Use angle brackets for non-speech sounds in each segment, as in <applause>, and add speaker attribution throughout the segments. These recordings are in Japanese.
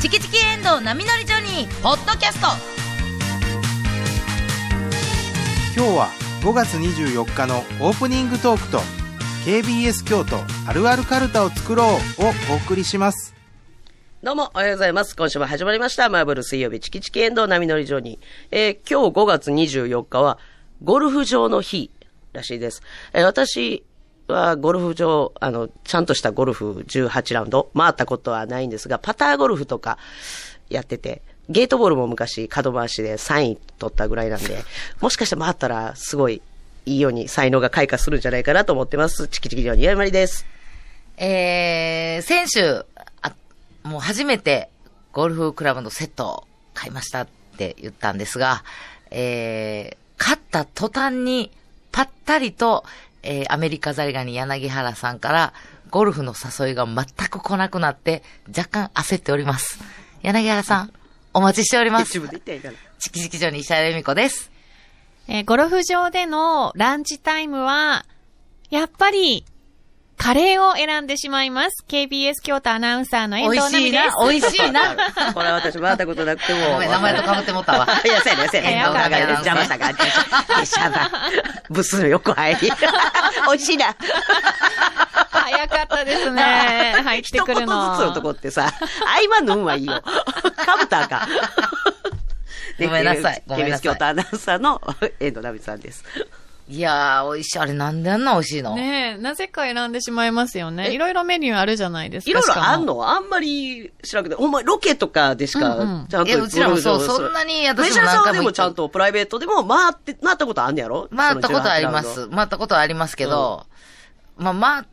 Speaker 1: チキチキエンドウ波乗りジョニー」ポッドキャスト
Speaker 2: 今日は5月24日のオープニングトークと KBS 京都あるあるカルタを作ろうをお送りします。
Speaker 3: どうも、おはようございます。今週も始まりました。マーブル水曜日、チキチキエンドウ波乗りジョニー。えー今日5月24日は、ゴルフ場の日らしいです。えー私はゴルフ場、あの、ちゃんとしたゴルフ18ラウンド、回ったことはないんですが、パターゴルフとかやってて、ゲートボールも昔、角回しで3位取ったぐらいなんで、もしかして回ったら、すごい、いいように才能が開花するんじゃないかなと思ってます。チキチキジョニー、やまりです。
Speaker 4: えー、先週、あ、もう初めてゴルフクラブのセットを買いましたって言ったんですが、えー、買った途端にぱったりと、えー、アメリカザリガニ柳原さんからゴルフの誘いが全く来なくなって若干焦っております。柳原さん、お待ちしております。
Speaker 3: 一部で言ってはいかない。
Speaker 4: チキチキジョニー石原由美子です。
Speaker 5: えーゴルフ場でのランチタイムは、やっぱり、カレーを選んでしまいます。KBS 京都アナウンサーの遠
Speaker 4: 美
Speaker 5: 藤
Speaker 4: 味
Speaker 5: 奈
Speaker 4: し
Speaker 5: 美
Speaker 4: い
Speaker 5: で
Speaker 4: な
Speaker 5: す。、
Speaker 4: 美味しい
Speaker 3: <laughs>
Speaker 4: な。
Speaker 3: これは私も会ったことなくても。
Speaker 4: ごめん、名前と被ってもったわ。
Speaker 3: <laughs> いや、そうやね、そうやね。
Speaker 5: いやよかった
Speaker 3: です。邪魔したから。
Speaker 4: <laughs>
Speaker 3: 邪魔。ブスの横入り。美味しいな。
Speaker 5: 早かったです
Speaker 3: <laughs>
Speaker 5: ね。入って
Speaker 3: 一
Speaker 5: く
Speaker 3: 言ず
Speaker 5: る
Speaker 3: つ
Speaker 5: の。
Speaker 3: のとこってさ、合間の運はいいよ。かぶったらあかん。
Speaker 4: ごめんなさいごめんな
Speaker 3: KBS
Speaker 4: さい
Speaker 3: 京都アナウンサーの遠藤奈美さんです。
Speaker 4: いやー、美味しい。あれ、なんであんな美味しいの、
Speaker 5: ねえ、なぜか選んでしまいますよね。いろいろメニューあるじゃないですか。
Speaker 3: いろいろあん
Speaker 5: しかも
Speaker 3: のあんまり知らなくて、ほんまロケとかでし
Speaker 5: うんう
Speaker 3: か
Speaker 5: ん、
Speaker 3: ちゃん
Speaker 4: い
Speaker 3: と
Speaker 4: や、うちらもそう、
Speaker 3: ゴルフ場
Speaker 4: そんなに、
Speaker 3: メ
Speaker 4: 私
Speaker 3: ジ
Speaker 4: も
Speaker 3: ャー
Speaker 4: 何
Speaker 3: さん
Speaker 4: 回
Speaker 3: で
Speaker 4: も行
Speaker 3: も
Speaker 4: っ
Speaker 3: ちゃんとプライベートでも回って、回ったことあんねやろ
Speaker 4: 回ったことありま。
Speaker 3: その18
Speaker 4: す。回ったことありますけど、まあ、まあ、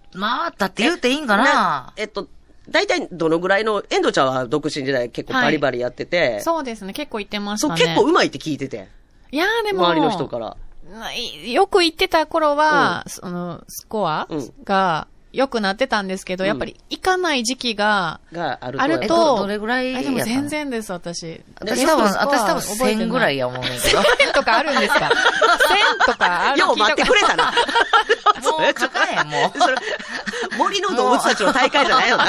Speaker 4: 回ったって言うていいんかな
Speaker 3: えっと、大体どのぐらいの、遠藤ちゃんは独身時代結構バリバリやってて、
Speaker 5: そうですね、結構行ってまし
Speaker 3: そう
Speaker 5: たね。
Speaker 3: 結構うまいって聞いてて、
Speaker 5: いやーでも、
Speaker 3: 周りの人から。
Speaker 5: ないよく行ってた頃は、その、スコア
Speaker 3: うん
Speaker 5: が良くなってたんですけ
Speaker 3: う
Speaker 5: ど、
Speaker 3: ん
Speaker 5: やっぱり行かない時期が、
Speaker 3: がある
Speaker 5: ある
Speaker 4: え
Speaker 5: と
Speaker 4: っと、どれぐらいや
Speaker 5: え、
Speaker 4: っ
Speaker 5: で
Speaker 4: た
Speaker 5: も
Speaker 4: の
Speaker 5: 全。然です、私。
Speaker 4: 私多分、
Speaker 5: ベストスコア
Speaker 4: 私多分
Speaker 5: 覚えてな
Speaker 4: 1000ぐらいや思うねんけど。
Speaker 5: 1000とか <laughs> あるんですか ?1000 とかある
Speaker 3: よう待ってくれたな。
Speaker 4: もう書かへん、もう。もう
Speaker 3: それ、森の動物たちの大会じゃないよな。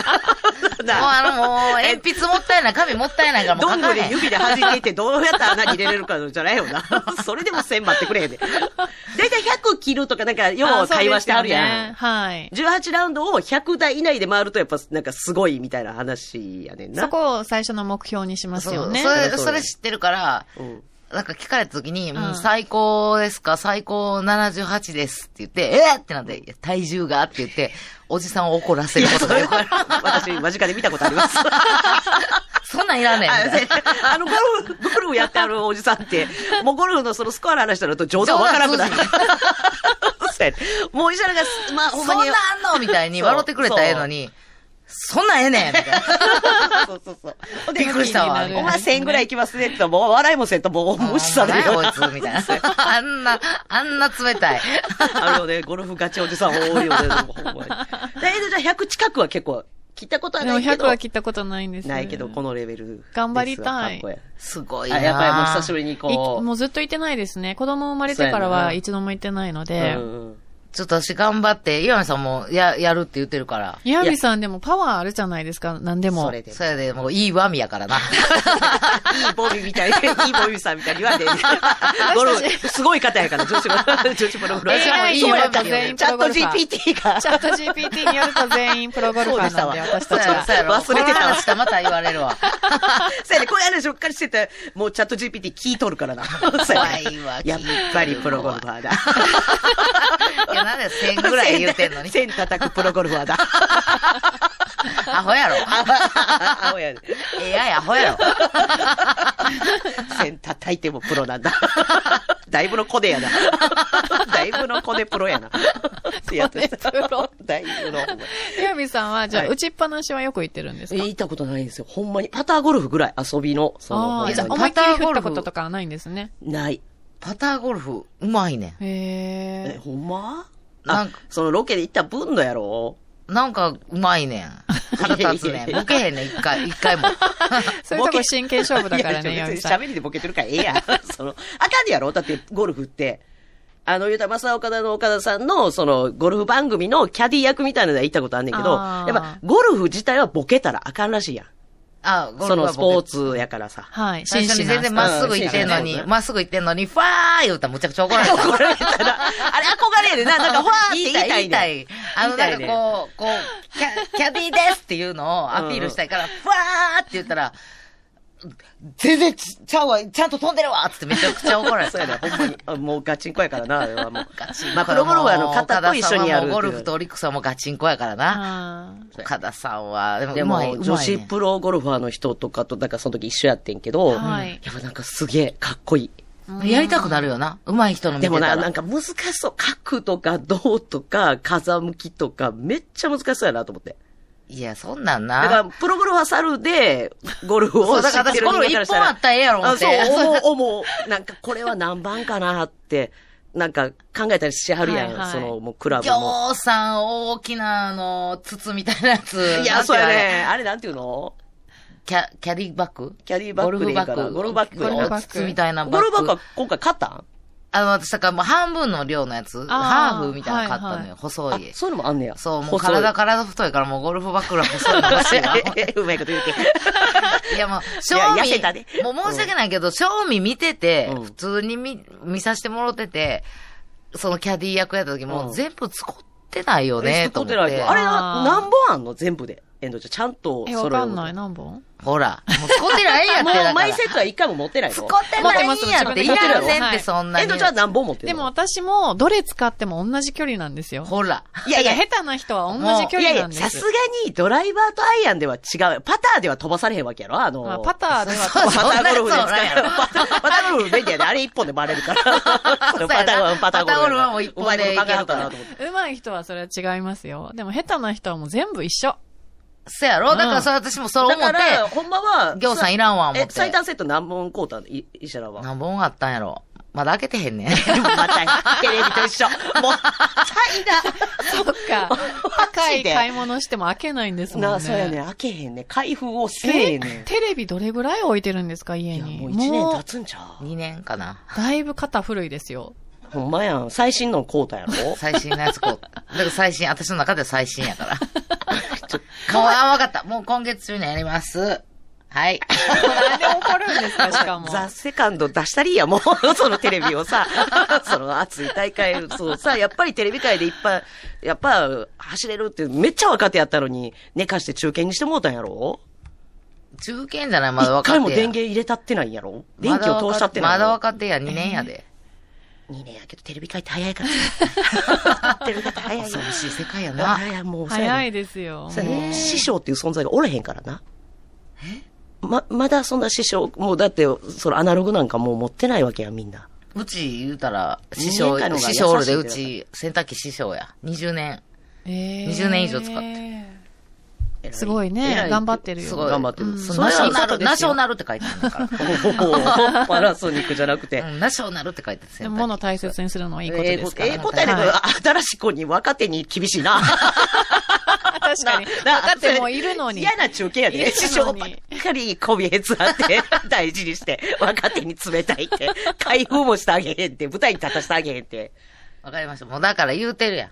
Speaker 3: な
Speaker 4: あの、もう、鉛筆もったいない、紙もったいないから、もう
Speaker 3: ど
Speaker 4: 書
Speaker 3: ん
Speaker 4: か
Speaker 3: ぐ
Speaker 4: へ
Speaker 3: り
Speaker 4: ん。
Speaker 3: 指で弾いていって、どうやったら穴に入れれるかじゃないよな。それでも1000待ってくれへんで。だいたい100切るとか、なんか、よう会話してはるやん。
Speaker 5: はい。
Speaker 3: 18ラウンドを100台以内で回ると、やっぱ、なんかすごいみたいな話やねんな。
Speaker 5: そこを最初の目標にします
Speaker 4: そ
Speaker 5: よ
Speaker 4: う、
Speaker 5: ね
Speaker 4: そ。れ、
Speaker 3: そう
Speaker 4: それ知ってるから、
Speaker 3: うん
Speaker 4: なんか聞かれた時に、
Speaker 5: ん
Speaker 4: うん最高ですか最高78ですって言って、えー、ってなって、いや体重がって言って、おじさんを怒らせることがよくある。
Speaker 3: 私、間近で見たことあります。
Speaker 4: そんなんいらねえみたいな。
Speaker 3: あの、ゴルフ、ゴルフやってあるおじさんって、もうゴルフのそのスコアの話だと冗談わからなくなる
Speaker 4: 冗談。
Speaker 3: そうやねもう石原がす、まあ、
Speaker 4: そ
Speaker 3: ほん
Speaker 4: ん
Speaker 3: ま
Speaker 4: なん
Speaker 3: に。
Speaker 4: あんのみたいに笑ってくれたらええのに、そんなんええねんみたいな。
Speaker 3: そうそうそう。で
Speaker 4: びっくりしたわ
Speaker 3: お前1000ぐらい行きますねって言ったら、もう笑いもせんと、もう無視される
Speaker 4: ほ
Speaker 3: よ
Speaker 4: んま。やこいつ、みたいな。あんな、あんな冷たい。
Speaker 3: あるよね、ゴルフガチおじさん多いよね、ほんまに。だいぶじゃあ100近くは結構、切ったことは
Speaker 5: で
Speaker 3: な
Speaker 5: も
Speaker 3: いけ
Speaker 5: 100
Speaker 3: ど
Speaker 5: は、切ったことないんです
Speaker 3: ないけど、このレベル。
Speaker 5: 頑張りたい
Speaker 3: ですわかっこ
Speaker 4: すご
Speaker 3: え
Speaker 4: い
Speaker 3: え
Speaker 4: な
Speaker 3: あ、やっぱりもう久しぶりに
Speaker 5: い
Speaker 3: こう。
Speaker 5: もうずっと行ってないですね。子供生まれてか
Speaker 3: そ
Speaker 5: ら
Speaker 3: うやな
Speaker 5: は一度も行ってないので
Speaker 3: う。んうん
Speaker 4: ちょっと私頑張って、岩見さんもや、やるって言ってるから。
Speaker 5: 岩見さんでもパワーあるじゃないですか、何でも。
Speaker 3: それで。
Speaker 4: それで、もういいわみやからな。
Speaker 3: いいボビー
Speaker 4: <laughs>
Speaker 3: みたいな、いいボビーさんみたいに言わんで。ゴルフ、すごい方やから、女子
Speaker 4: <laughs>
Speaker 3: も、女子プロゴルファー。
Speaker 4: AI
Speaker 3: そうやった
Speaker 4: による
Speaker 3: チャット GPT が。
Speaker 5: チャット
Speaker 3: <laughs>
Speaker 5: GPT によると全員プロゴルファーなんで、
Speaker 3: そうで
Speaker 5: 私
Speaker 3: した
Speaker 5: た
Speaker 3: わ
Speaker 4: そう
Speaker 5: ち
Speaker 4: や
Speaker 5: は
Speaker 4: ろ。そうやろ
Speaker 3: 忘れてたわ
Speaker 4: この話したらまた言われるわ。
Speaker 3: そうやね、こういう話ばっかりしてて、もうチャット GPT 聞いとるからな。そうやね
Speaker 4: <laughs> 怖いわ
Speaker 3: やっぱりプロゴルファーだ。
Speaker 4: いや、なんで1000ぐらい言っ
Speaker 3: <laughs>
Speaker 4: てんのに。
Speaker 3: 千叩くプロゴルファーだ。
Speaker 4: アホやろ。
Speaker 3: アホやね。
Speaker 4: えやいアホやろ。
Speaker 3: 千叩いてもプロ
Speaker 4: <laughs>
Speaker 3: なんだ。だいぶのコネやな。だいぶのコネプロ <laughs>
Speaker 4: <laughs>
Speaker 3: やな。コ
Speaker 5: ネプロ。
Speaker 3: だいぶの。
Speaker 5: 岩見さんは、じゃあ、
Speaker 3: はい
Speaker 5: 打ちっぱなしはよく行ってるんです
Speaker 3: え
Speaker 5: か
Speaker 3: 行ったことないんですよ。ほんまに。パターゴルフぐらい遊びの、そ
Speaker 5: あ
Speaker 3: の、
Speaker 5: あ、じゃあ
Speaker 3: ほんま
Speaker 5: 思いっきり
Speaker 4: パター
Speaker 5: 振
Speaker 4: ゴ
Speaker 5: っ
Speaker 4: ル
Speaker 5: た
Speaker 4: フ
Speaker 5: こととかはないんですね。
Speaker 3: にない。
Speaker 4: パターゴルフ、うまいね。
Speaker 3: え、
Speaker 5: へえ。
Speaker 3: ほんま
Speaker 4: な
Speaker 3: あ
Speaker 4: んか、
Speaker 3: そのロケで行った分のやろ
Speaker 4: なんか、うまいねん。腹立つねん。ボケへんねん、一回、一回も。
Speaker 5: そういうとこ真剣勝負だから
Speaker 3: <laughs>
Speaker 5: ね、
Speaker 3: い
Speaker 5: 岩
Speaker 3: や
Speaker 5: 見
Speaker 3: 別に
Speaker 5: さん。
Speaker 3: 喋りでボケてるからええやん。 <laughs> その、あかんやろだってゴルフって。あの、言うたら、正岡田の岡田さんの、その、ゴルフ番組のキャディ役みたいなので行ったことあんねんけど、
Speaker 5: あ
Speaker 3: やっ
Speaker 5: ー
Speaker 3: ぱ、ゴルフ自体はボケたらあかんらしいやん。
Speaker 4: あ、ゴルフは
Speaker 3: そのスポー
Speaker 4: ツ。
Speaker 3: ツやから
Speaker 5: <laughs>
Speaker 3: さ。
Speaker 5: はい。
Speaker 4: 最初に全然
Speaker 5: ま
Speaker 4: ま
Speaker 5: っ
Speaker 4: っすぐ行ってんの
Speaker 3: うん
Speaker 4: に
Speaker 3: 紳士な、人
Speaker 4: まっすぐ行ってんのに、ファー言うたらむちゃくちゃ怒られ
Speaker 3: <laughs>
Speaker 4: た。
Speaker 3: 怒られたら、あれ憧れやでな、なんか、ほわーって言いたい
Speaker 4: 言
Speaker 3: ねん。
Speaker 4: いあの、な
Speaker 3: 言いたい
Speaker 4: ん
Speaker 3: ね
Speaker 4: かこう、こう、キャキャディーですっていうのをアピールしたいから、ふわーって言ったら、全然ちちゃうわ、ちゃんと飛んでるわっつってめちゃくちゃ怒られ
Speaker 3: そ
Speaker 4: た
Speaker 3: う。
Speaker 4: <laughs>
Speaker 3: やね、ほんまに。あもうガチンコやからな、あれはもう。 <laughs> まあ、プ
Speaker 4: これ
Speaker 3: ロ
Speaker 4: も
Speaker 3: ゴルフはあの、肩と一緒にやるっていう。
Speaker 4: 岡田さんはもうゴルフとオリックスはもうガチンコやからな。
Speaker 5: あー
Speaker 4: 岡田さんは、でも
Speaker 3: で
Speaker 4: うまい、
Speaker 3: も、
Speaker 4: う
Speaker 3: 女
Speaker 4: まいね
Speaker 3: 子プロゴルファーの人とかと、だからその時一緒やってんけど、
Speaker 5: はい
Speaker 3: やっぱなんかすげえ、かっこいい。
Speaker 4: やりたくなるよな。うまい人の見
Speaker 3: で
Speaker 4: て
Speaker 3: も
Speaker 4: た
Speaker 3: な、
Speaker 4: ら。
Speaker 3: なんか難しそう。角とか銅とか、風向きとか、めっちゃ難しそうやなと思って。
Speaker 4: いや、そんなん
Speaker 3: だか
Speaker 4: な。
Speaker 3: ら、プロゴルファー猿で、ゴルフ
Speaker 4: そ
Speaker 3: を
Speaker 4: う、
Speaker 3: 知
Speaker 4: だから
Speaker 3: って
Speaker 4: 私
Speaker 3: る
Speaker 4: ゴ
Speaker 3: 人間か
Speaker 4: ルフ一
Speaker 3: らした
Speaker 4: 本
Speaker 3: ら。
Speaker 4: あったらええやろ、思って。
Speaker 3: あそう、思う、思う。なんか、これは何番かなって、なんか、考えたりしはるやん。
Speaker 5: はいはい
Speaker 3: その、もう、クラブ
Speaker 4: <laughs> ぎ
Speaker 3: も。
Speaker 4: ょうさん、大きな、あの、筒みたいなやつ。
Speaker 3: い
Speaker 4: な
Speaker 3: や、
Speaker 4: んて
Speaker 3: そう
Speaker 4: い
Speaker 3: や
Speaker 4: のあれ。
Speaker 3: ね。あれなんていうの
Speaker 4: キャ、キャリーバッグ
Speaker 3: キャリーバッグ
Speaker 4: ゴルフバッ
Speaker 3: でいいか
Speaker 4: グ。
Speaker 3: なゴルフバッグ
Speaker 4: ゴルフバッ
Speaker 5: ゴルフバッ
Speaker 4: グ筒
Speaker 5: グ
Speaker 4: みたいなバッグ。
Speaker 3: ゴルフバッグは今回勝ったん
Speaker 4: あの、私、だからもう半分の量のやつ。ハーフみたいなの買ったのよ。
Speaker 5: はいは
Speaker 4: 細
Speaker 3: あ
Speaker 4: い、。
Speaker 3: そういうのもあんねや。
Speaker 4: そう、もう
Speaker 3: 細い
Speaker 4: 体体太いからもうゴルフバッグら細いの欲し
Speaker 3: <laughs>
Speaker 4: いわ。
Speaker 3: うまいこと言うて。
Speaker 4: いやもう、正
Speaker 3: や痩
Speaker 4: 味
Speaker 3: せたで、
Speaker 4: もう申し訳ないけど、正味見てて
Speaker 3: う、ん
Speaker 4: 普通に見、見させてもろてて、そのキャディ役やった時も
Speaker 3: うん
Speaker 4: う全部使ってないよね、と思っ
Speaker 3: え作って
Speaker 4: て
Speaker 3: ない。あれ
Speaker 5: あー
Speaker 3: な、何本あんの全部で。エンドちゃん、ちゃんと
Speaker 5: え、
Speaker 3: 揃
Speaker 5: わ
Speaker 3: える
Speaker 5: かんない。何本
Speaker 4: ほら、もう使ってないんやって、だから。
Speaker 3: もう、マイセットは一回も持ってない
Speaker 4: 使
Speaker 3: の。
Speaker 4: ってないんやって、い
Speaker 5: 持って
Speaker 4: ら
Speaker 5: る
Speaker 4: ん
Speaker 5: よ
Speaker 4: ねんって、そんな
Speaker 3: エン
Speaker 4: に
Speaker 3: ド。ちゃんは何本持って
Speaker 5: で
Speaker 3: る
Speaker 5: も
Speaker 3: の
Speaker 5: 私も、どれ使っても同じ距離なんですよ。
Speaker 4: ほら。
Speaker 3: いやいや
Speaker 5: だから下手な人は同じ距
Speaker 3: いや
Speaker 5: 離
Speaker 3: い
Speaker 5: な
Speaker 3: や
Speaker 5: ん、です
Speaker 3: さすがにドライバーとアイアンでは違うよ。パターでは飛ばされへんわけやろあの
Speaker 5: あパターでは
Speaker 4: そう
Speaker 3: パ
Speaker 4: そう
Speaker 3: ターゴルフで使う
Speaker 4: そんなやろ
Speaker 3: パターパターゴルフ便利やで。あれ一本でバレるから。
Speaker 4: <laughs> そうやな
Speaker 3: パターゴルフ、パターゴルフ。
Speaker 4: パターゴルフはもう一本で
Speaker 3: う
Speaker 4: いける
Speaker 3: まいこと考
Speaker 4: か
Speaker 3: え
Speaker 4: ら
Speaker 3: はったなと思って。
Speaker 5: 上手い人はそれは違いますよ。でも下手な人はもう全部一緒。
Speaker 4: そやろだからそれ私もそう
Speaker 3: だ
Speaker 4: 思っ
Speaker 3: か
Speaker 4: て、
Speaker 3: ら、ほんまは、
Speaker 4: 行さんいらんわ、思っ
Speaker 3: え、
Speaker 4: て。
Speaker 3: 最短セット何本買うたんい石原
Speaker 4: <laughs>
Speaker 3: は。
Speaker 4: 何本あったんやろまだ開けてへんねん。 <laughs>
Speaker 3: また <laughs> テレビと一緒。もう、
Speaker 5: そっか。高い
Speaker 3: で
Speaker 5: 買い物しても開けないんですもんね。
Speaker 3: なあ、そうやね。開けへんね。開封をせえへんね
Speaker 5: えテレビどれぐらい置いてるんですか、
Speaker 3: ん。
Speaker 5: 家
Speaker 3: いや、
Speaker 5: に。
Speaker 3: もう一年
Speaker 5: も
Speaker 3: 経つんちゃう
Speaker 4: 2年かな。
Speaker 5: うだいぶ肩古いですよ。
Speaker 3: ほんまやん。最新の買うたやろ
Speaker 4: 最新のやつこう。だから最新、私の中では最新
Speaker 3: <laughs>
Speaker 4: やから。もう、あ、わかった。もう今月中にやります。
Speaker 3: <laughs>
Speaker 4: はい。
Speaker 5: なんで怒るんですか、しかも。
Speaker 3: ザ・セカンド出したりや、もう、 <laughs> そのテレビをさ、 <laughs> その熱い大会、そうさ、やっぱりテレビ界でいっぱい、やっぱ走れるって、めっちゃ若手やったのに、寝かして中堅にしてもうたんやろ
Speaker 4: 中堅じゃないまだ
Speaker 3: 一
Speaker 4: 分かって
Speaker 3: 回
Speaker 4: や。
Speaker 3: も電源入れたってないんやろ電気を通したってない
Speaker 4: ま
Speaker 3: んや
Speaker 4: だ
Speaker 3: ろ
Speaker 4: 分かってや、2年やで。
Speaker 3: 2年やけどテレビ界って早
Speaker 5: <laughs>
Speaker 3: いから。テレビ界って早いよ
Speaker 4: 恐。ろしい世界やな。
Speaker 3: 早い、もうそうやね
Speaker 5: 早いですよ。
Speaker 3: そうやね師匠っていう存在がおれへんからな。ま、まだそんな師匠、もうだって、そのアナログなんかもう持ってないわけや、みんな。
Speaker 4: うち言うたら、師
Speaker 3: 二
Speaker 4: 匠
Speaker 3: 年間の、方が
Speaker 4: 師匠おるで、
Speaker 3: 優
Speaker 4: う
Speaker 3: しい
Speaker 4: ち、洗濯機師匠や。20年。
Speaker 5: えー
Speaker 4: 20年以上使って
Speaker 5: すごいね。頑張ってるよ。
Speaker 4: すごい。
Speaker 3: 頑張ってる
Speaker 4: そう
Speaker 3: それは
Speaker 4: ナショナ
Speaker 3: 嘘
Speaker 4: ル、
Speaker 3: ですよ
Speaker 4: ナショナルって書いてあるん
Speaker 3: <laughs>
Speaker 4: だから。
Speaker 5: <laughs>
Speaker 3: おおパナソニックじゃなくて。
Speaker 4: うん、ナショナルって書いてある洗
Speaker 5: で
Speaker 4: 濯
Speaker 5: も
Speaker 4: 機。
Speaker 5: 物を大切にするのはいいこと
Speaker 3: ええ
Speaker 5: です
Speaker 3: こ
Speaker 5: か
Speaker 3: と
Speaker 5: ら。
Speaker 3: ええ答えだけど、新しい子に若手に厳しいな。
Speaker 5: あ確かに。
Speaker 3: な
Speaker 5: 分かってもいるのに。
Speaker 3: 嫌な中継や
Speaker 5: いるの
Speaker 3: で。
Speaker 5: に
Speaker 3: 師匠ばっ <laughs> かりこびへつあって、大事にして、若手に冷たいって、開封もしてあげへんって、舞台に立たしてあげへんって。
Speaker 4: わかりました。もうだから言うてるやん。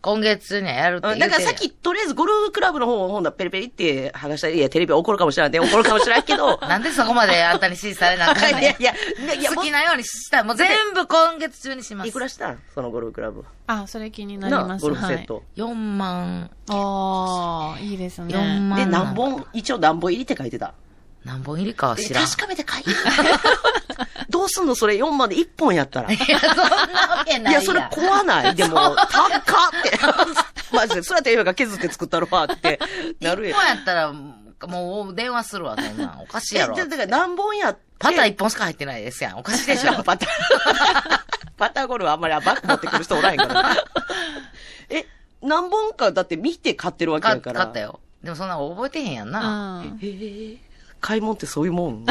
Speaker 4: 今月中にはやるって言
Speaker 3: う
Speaker 4: うん
Speaker 3: だ
Speaker 4: てるや
Speaker 3: か
Speaker 4: ん。
Speaker 3: らさっき、とりあえずゴルフクラブの方をほんならペリペリって剥がしたり、いや、テレビは怒るかもしれないで、怒るかもしれないけ
Speaker 5: <laughs>
Speaker 3: ど。
Speaker 4: <laughs> なんでそこまであんたに指示されなあか
Speaker 3: <laughs>
Speaker 4: んねん
Speaker 3: いやいやねいや
Speaker 4: 好
Speaker 3: もう
Speaker 4: きなようにしたい。もう全部今月中にします。
Speaker 3: いくらしたんそのゴルフクラブ。
Speaker 5: あ、それ気になります。
Speaker 3: ゴルフセット。
Speaker 4: ?4 万、
Speaker 5: はい。ああ、いいですね。
Speaker 4: 4万。
Speaker 3: で、何本、一応何本入りって書いてた。
Speaker 4: 何本入りかは
Speaker 3: え
Speaker 4: 知らん。
Speaker 3: 確かめて書いてた。 <laughs> どうすんのそれ4まで1本やったら。い
Speaker 4: いや、そんなわけないや
Speaker 3: や、
Speaker 4: ん。
Speaker 3: それ壊 <laughs> ない。でも、高っって。マジで、そうやって映画削って作ったろわって。なる
Speaker 4: 1
Speaker 3: やん。
Speaker 4: 本やったら、もう電話するわ、そんなん。おかしいやろ
Speaker 3: <laughs> え。だだから何本やって。
Speaker 4: パター1本しか入ってないですやん。おかしいでしょ。
Speaker 3: <laughs> パター、パターゴルフあんまりバッグ持ってくる人おらへんから。 <laughs> え、何本かだって見て買ってるわけ
Speaker 4: か
Speaker 3: やから。
Speaker 4: 買ったよ。でもそんなの覚えてへんやん
Speaker 5: う
Speaker 4: な。
Speaker 5: ん。
Speaker 3: へえ買い物ってそういうも <laughs> ん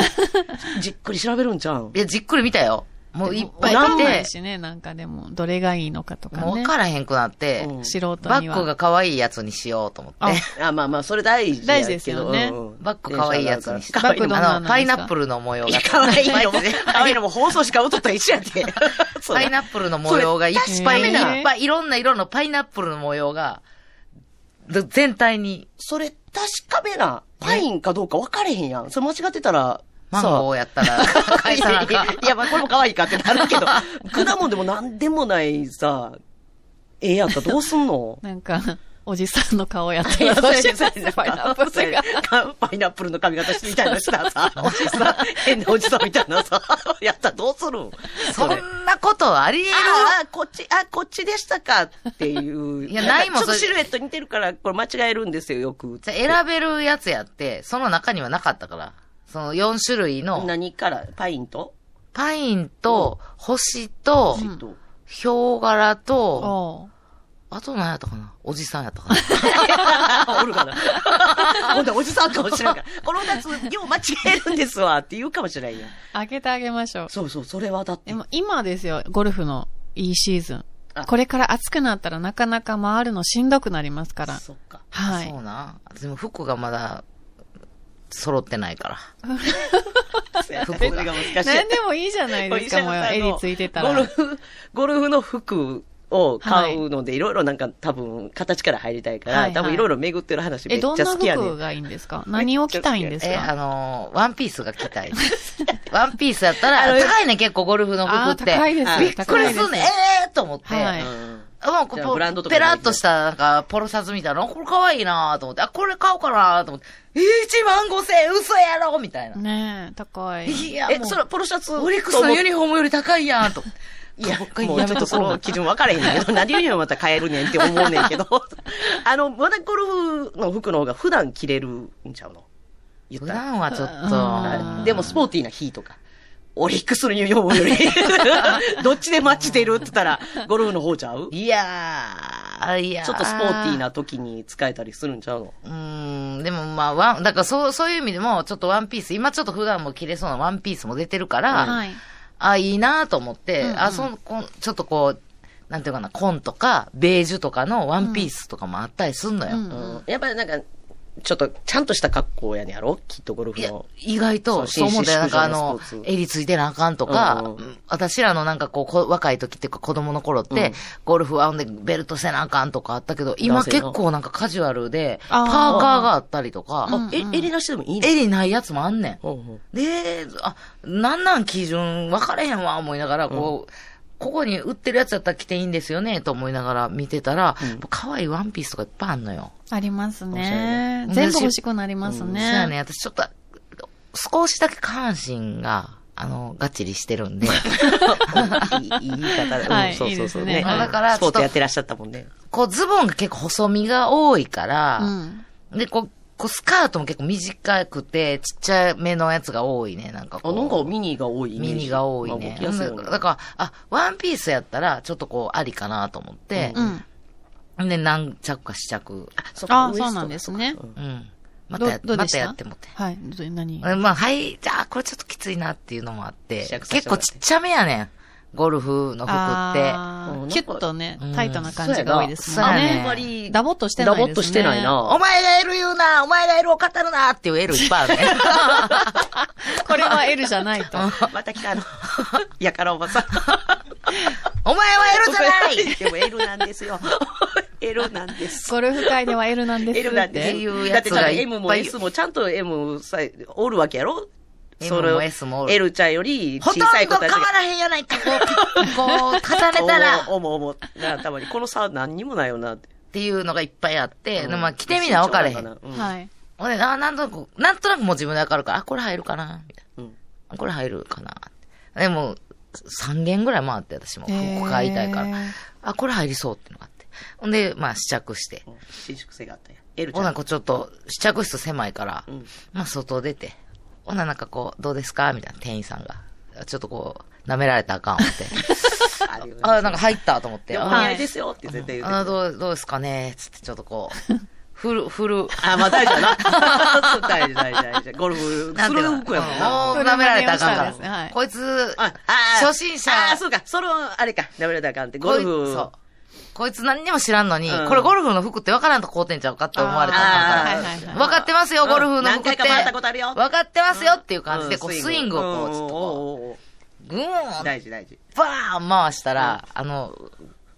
Speaker 3: じっくり調べるんちゃうん
Speaker 4: いや、じっくり見たよ。もういっぱい
Speaker 5: わか
Speaker 4: 見
Speaker 5: んない
Speaker 4: て、
Speaker 5: しね、なんかでも、どれがいいのかとかね。
Speaker 4: もう分からへんくなって、
Speaker 3: うん
Speaker 5: 素人
Speaker 4: バ
Speaker 5: に
Speaker 4: ッ
Speaker 5: は。
Speaker 4: グが可愛いやつにしようと思って
Speaker 5: あ。
Speaker 3: あ、まあまあ、それ大事やけど。
Speaker 5: 大事ですよね
Speaker 3: うんうん
Speaker 4: バッグ可愛いやつにして。
Speaker 5: バッグどんな
Speaker 4: あ
Speaker 5: の
Speaker 4: の、パイナップルの模様が。
Speaker 3: <laughs> 可愛い
Speaker 4: <laughs>
Speaker 3: のも、可愛いのも放送しか音と一 <laughs> 緒やって。
Speaker 4: パイナップルの模様がいっ
Speaker 5: それ
Speaker 4: ぱい、
Speaker 5: 確
Speaker 4: い
Speaker 5: かに
Speaker 4: っぱい、いろんな色のパイナップルの模様が、ど全体に。
Speaker 3: それ確かめな。パインかどうか分かれへんやん。それ間違ってたら、
Speaker 4: マンゴーやったら、
Speaker 3: さ
Speaker 4: 返さなあかん
Speaker 3: いや、まあこれも可愛いかってなるけど、 <laughs> 果物でも何でもないさ、絵やったらどうすん
Speaker 5: <laughs>
Speaker 3: の
Speaker 5: なんか、おじさんの顔やって
Speaker 3: パイ
Speaker 5: る。
Speaker 3: <laughs> ナップルがパイナップルの髪型してみたいなしたらさ、おじさん、変なおじさんみたいなさ、やったらどうするん
Speaker 4: そ
Speaker 3: それ。
Speaker 4: んなことありえる
Speaker 3: ああ、こっち、あ、こっちでしたかっていう。
Speaker 4: いやないもん
Speaker 3: ちょっと
Speaker 4: それ
Speaker 3: シルエット似てるから、これ間違えるんですよ、よく。
Speaker 4: じゃあ選べるやつやって、その中にはなかったから。その4種類の、
Speaker 3: 何からパインと
Speaker 4: パインと、星と、
Speaker 3: えっと
Speaker 4: ヒョウ柄と、
Speaker 5: おう
Speaker 4: あと何やったかなおじさんやったか
Speaker 3: <laughs>
Speaker 4: な
Speaker 3: おるかな。ほんで、おじさんかもしれん <laughs> から。この二つ、よう間違えるんですわ、って言うかもしれんやん。
Speaker 5: 開けてあげましょう。
Speaker 3: そうそう、それはだって
Speaker 5: で。も今ですよ、ゴルフのいいシーズン
Speaker 3: あ。
Speaker 5: これから暑くなったらなかなか回るのしんどくなりますから。
Speaker 3: そっか。
Speaker 5: は
Speaker 4: そ
Speaker 5: い。
Speaker 4: うな。でも服がまだ、揃ってないから。
Speaker 3: 服が難しい。
Speaker 5: 何でもいいじゃない
Speaker 3: こ
Speaker 5: で
Speaker 3: れ
Speaker 5: す
Speaker 3: 石
Speaker 5: か、
Speaker 3: 山
Speaker 5: もう
Speaker 3: さんの <laughs>
Speaker 5: 襟ついてた
Speaker 3: ゴル
Speaker 5: ら。
Speaker 3: フ、ゴルフの服を買うので、いろいろなんか多分、形から入りたいから、
Speaker 5: はいはい
Speaker 3: 多分いろいろ巡ってる話め
Speaker 5: え、
Speaker 3: っちゃ
Speaker 5: どんな
Speaker 3: 好きやね
Speaker 5: 服
Speaker 3: ん。
Speaker 5: がいいんですか何を着たいんです
Speaker 4: え、あ
Speaker 5: か
Speaker 4: のーワンピースが着たい。
Speaker 5: <laughs>
Speaker 4: ワンピースやったら、
Speaker 3: あの
Speaker 4: 高いね、結構ゴルフの服
Speaker 5: あ
Speaker 4: っ
Speaker 5: ー、
Speaker 4: て。
Speaker 5: 高いです
Speaker 3: あ
Speaker 5: よ。
Speaker 4: びっく
Speaker 5: 高い
Speaker 4: り
Speaker 5: ですす
Speaker 4: んね、えーと思って。
Speaker 5: はい
Speaker 3: うん
Speaker 4: もうこ
Speaker 3: じゃあブランド
Speaker 4: う、
Speaker 3: とか
Speaker 4: ペ
Speaker 3: じゃ
Speaker 4: ラ
Speaker 3: ない
Speaker 4: ッとした、なんか、ポロシャツみたいな、これ可愛いなと思って、あ、これ買おうかなと思って、え1万5千円嘘やろみたいな。
Speaker 5: ねえ、高い。
Speaker 4: いや、
Speaker 3: え、
Speaker 4: も
Speaker 3: それ
Speaker 4: う、
Speaker 3: ポロシャツ。
Speaker 4: オリックスのユニフォームより高いやんと。
Speaker 3: いや、もうち
Speaker 4: やめ
Speaker 3: ょっ
Speaker 4: とことう
Speaker 3: その基準分からへんねんけど、 <laughs> 何よりもまた買えるねんって思うねんけど、 <laughs> あの、まだゴルフの服の方が普段着れるんちゃうの <laughs> 言っ
Speaker 4: 普
Speaker 3: たら。
Speaker 4: 段はちょ
Speaker 5: あ
Speaker 4: っ
Speaker 5: ー
Speaker 4: と。
Speaker 3: でもスポーティーな日とか、オリックスのユニフォームより、 <laughs> どっちでマッチ出るって言ったら、ゴルフの方ちゃう
Speaker 4: いやー、いやー
Speaker 3: ちょっとスポーティー。な時に使えたりするんちゃうの
Speaker 4: うーん、でもまあ、ワン、だからそう、そういう意味でも、ちょっとワンピース、今ちょっと普段も着れそうなワンピースも出てるから、
Speaker 5: はい。
Speaker 4: あ、いいなと思って、
Speaker 5: うんうん
Speaker 4: あ、その、こんちょっとこう、なんていうかな、紺とか、ベージュとかのワンピースとかもあったりすんのよ。
Speaker 5: うんうん
Speaker 3: やっぱりなんか、ちょっと、ちゃんとした格好やねやろきっとゴルフ
Speaker 4: いや
Speaker 3: の。、
Speaker 4: 意外と、
Speaker 3: そ
Speaker 4: そ
Speaker 3: う
Speaker 4: う思って、なんかあ
Speaker 3: 紳士淑女の
Speaker 4: の
Speaker 3: スポー、ツ
Speaker 4: 襟ついてなあかんとか、
Speaker 3: うんうん
Speaker 4: うん私らのなんかこうこ、若い時っていうか子供の頃って、
Speaker 3: うん
Speaker 4: ゴルフはほんでベルトせなあかんとかあったけど、今
Speaker 3: 男性
Speaker 4: 結
Speaker 3: の
Speaker 4: 構なんかカジュアルで、パ
Speaker 5: あ
Speaker 4: ー
Speaker 5: ー
Speaker 4: カーがあったりとか、
Speaker 3: え、襟なしでもいいね
Speaker 4: 襟ないやつもあんねん。
Speaker 3: うんうん
Speaker 4: で、あ、なんなん基準分かれへんわ、思いながら、こう、ここに売ってるやつやったら着ていいんですよね、と思いながら見てたら、もう可愛いワンピースとかいっぱいあんのよ。
Speaker 5: あります
Speaker 3: 面白
Speaker 5: ね
Speaker 4: いね。
Speaker 5: 全部欲しくなります
Speaker 4: そうや
Speaker 5: ね。
Speaker 4: ね、私ちょっと、少しだけ下半身が、あの、がっちりしてるん
Speaker 3: <laughs>
Speaker 4: で、
Speaker 3: いいいい言い方で。
Speaker 5: は
Speaker 3: う
Speaker 5: い
Speaker 3: ん、そうそうそう
Speaker 5: いい
Speaker 3: ね。
Speaker 5: ですね
Speaker 4: だから
Speaker 3: スポーツやってらっしゃったもんね。
Speaker 4: こうズボンが結構細身が多いから、
Speaker 5: うん。
Speaker 4: で、こう、こうスカートも結構短くて、ちっちゃめのやつが多いね、なんかこ
Speaker 3: あ、
Speaker 4: う。
Speaker 3: なんかミニが多いイメー
Speaker 4: ミ
Speaker 3: ジ
Speaker 4: ニが多い
Speaker 3: まあ
Speaker 4: ね
Speaker 3: 動。きやすいよね
Speaker 4: だから、あ、ワンピースやったら、ちょっとこう、ありかなと思って、
Speaker 5: うん。
Speaker 4: で、何着か試着。
Speaker 3: そっか
Speaker 5: ああ、
Speaker 3: ウエスト
Speaker 5: そ
Speaker 3: が
Speaker 5: うなんですね。
Speaker 4: うん。また
Speaker 5: ど
Speaker 4: や、
Speaker 5: どう
Speaker 4: ま
Speaker 5: でした
Speaker 4: たやってもって。
Speaker 5: はい。ど何
Speaker 4: まあ、はい、じゃあ、これちょっときついなっていうのもあって
Speaker 3: 試着させ、て
Speaker 4: 結構ちっちゃめやねん。ゴルフの服って。
Speaker 5: あ
Speaker 3: う
Speaker 5: ー
Speaker 3: ん
Speaker 5: キュッとね
Speaker 4: うん、
Speaker 5: タイトな感じが多いです
Speaker 4: そう
Speaker 5: もん
Speaker 4: やな
Speaker 5: ね。
Speaker 4: あんま
Speaker 3: り
Speaker 5: ダボっとしてない
Speaker 3: ダ
Speaker 5: です
Speaker 3: ボ
Speaker 5: ね。
Speaker 3: っとしてない。な
Speaker 4: お。前が L 言うな、お前が L を語るなっていう L いっぱい
Speaker 3: <laughs>
Speaker 4: あるね。
Speaker 5: これは L じゃないと。
Speaker 3: また来たの。やからおばさん。
Speaker 4: お前は L じゃないっ
Speaker 3: でも L なんですよ。L なんです。
Speaker 5: ゴルフ界では L なんですって。
Speaker 3: L なん
Speaker 4: っ
Speaker 3: で
Speaker 4: て
Speaker 3: す。
Speaker 4: いう
Speaker 3: だ
Speaker 4: や
Speaker 3: って
Speaker 4: つ
Speaker 3: ちゃん
Speaker 4: が
Speaker 3: と
Speaker 4: いっぱい
Speaker 3: M も S もちゃんと M さえおるわけやろ
Speaker 4: M も S もおる
Speaker 3: L ちゃんより
Speaker 4: ほ
Speaker 3: 小
Speaker 4: とんど
Speaker 3: さい
Speaker 4: 変
Speaker 3: 子
Speaker 4: わ
Speaker 3: たちが。
Speaker 4: らへんやないか、こう、こう、重ねたら。
Speaker 3: <laughs> おもおもおも。な、たまに。この差は何にもないよなって。
Speaker 4: っていうのがいっぱいあって、
Speaker 3: うん
Speaker 4: でまあ着てみな分かれ
Speaker 3: 身
Speaker 4: へ
Speaker 3: 長
Speaker 4: ん
Speaker 3: な。のかな
Speaker 5: はい。
Speaker 4: ほんで、あなんとなく、なんとなくもう自分で分かるから、あ、これ入るかなみたい
Speaker 3: うんうん
Speaker 4: な。これ入るかなでも、3軒ぐらい回って私も、ここ買いたいから。
Speaker 5: へー
Speaker 4: あ、これ入りそうっていうのがあって。ほんで、まあ試着して。
Speaker 3: うん伸縮性があったんや。L ち
Speaker 4: ほ
Speaker 3: ゃ
Speaker 4: な、
Speaker 3: ん。
Speaker 4: こうちょっと、試着室狭いから、
Speaker 3: うん
Speaker 4: まあ外出て。ほな、なんかこう、どうですかみたいな店員さんが。ちょっとこう、舐められたらあかん思
Speaker 3: <laughs>
Speaker 4: って。
Speaker 3: あるよね
Speaker 4: あ、なんか入ったと思って。
Speaker 3: でもお似
Speaker 4: あ
Speaker 3: 合いですよって絶対言うてくれる
Speaker 4: あ、どう、どうですかねつってちょっとこう、ふる、ふる。
Speaker 3: あ、まあ大事だな。 <laughs> そう大事、大事、大事。ゴルフ、
Speaker 4: な
Speaker 3: そ
Speaker 4: んてい
Speaker 3: れ
Speaker 4: う
Speaker 3: が
Speaker 4: の
Speaker 3: 服やもんな。
Speaker 4: もう舐められたらあか
Speaker 5: 舐められ
Speaker 4: ん
Speaker 5: まし
Speaker 4: か
Speaker 5: たねは
Speaker 4: ら
Speaker 5: い。
Speaker 4: こいつ、
Speaker 3: ああ
Speaker 4: 初心者。
Speaker 3: あ、そうか。それは、あれか。舐められたらあかんって。ゴル
Speaker 4: こい
Speaker 3: フ。
Speaker 4: そう。こいつ何にも知らんのに、
Speaker 3: うん
Speaker 4: これゴルフの服って分からんと買うてんちゃうかって思われたらあかんから
Speaker 5: あーはいはいはい
Speaker 4: 分かってますよ、
Speaker 3: うん
Speaker 4: ゴルフの服って。
Speaker 3: 何回か回ったことあるよ
Speaker 4: 分かってますよっていう感じ
Speaker 3: うん
Speaker 4: で、こう、スイングをこう、ちょっとこ
Speaker 3: うんうんうんうん
Speaker 4: う、ぐーん、
Speaker 3: 大事、大事。
Speaker 4: バーン回したら、あの、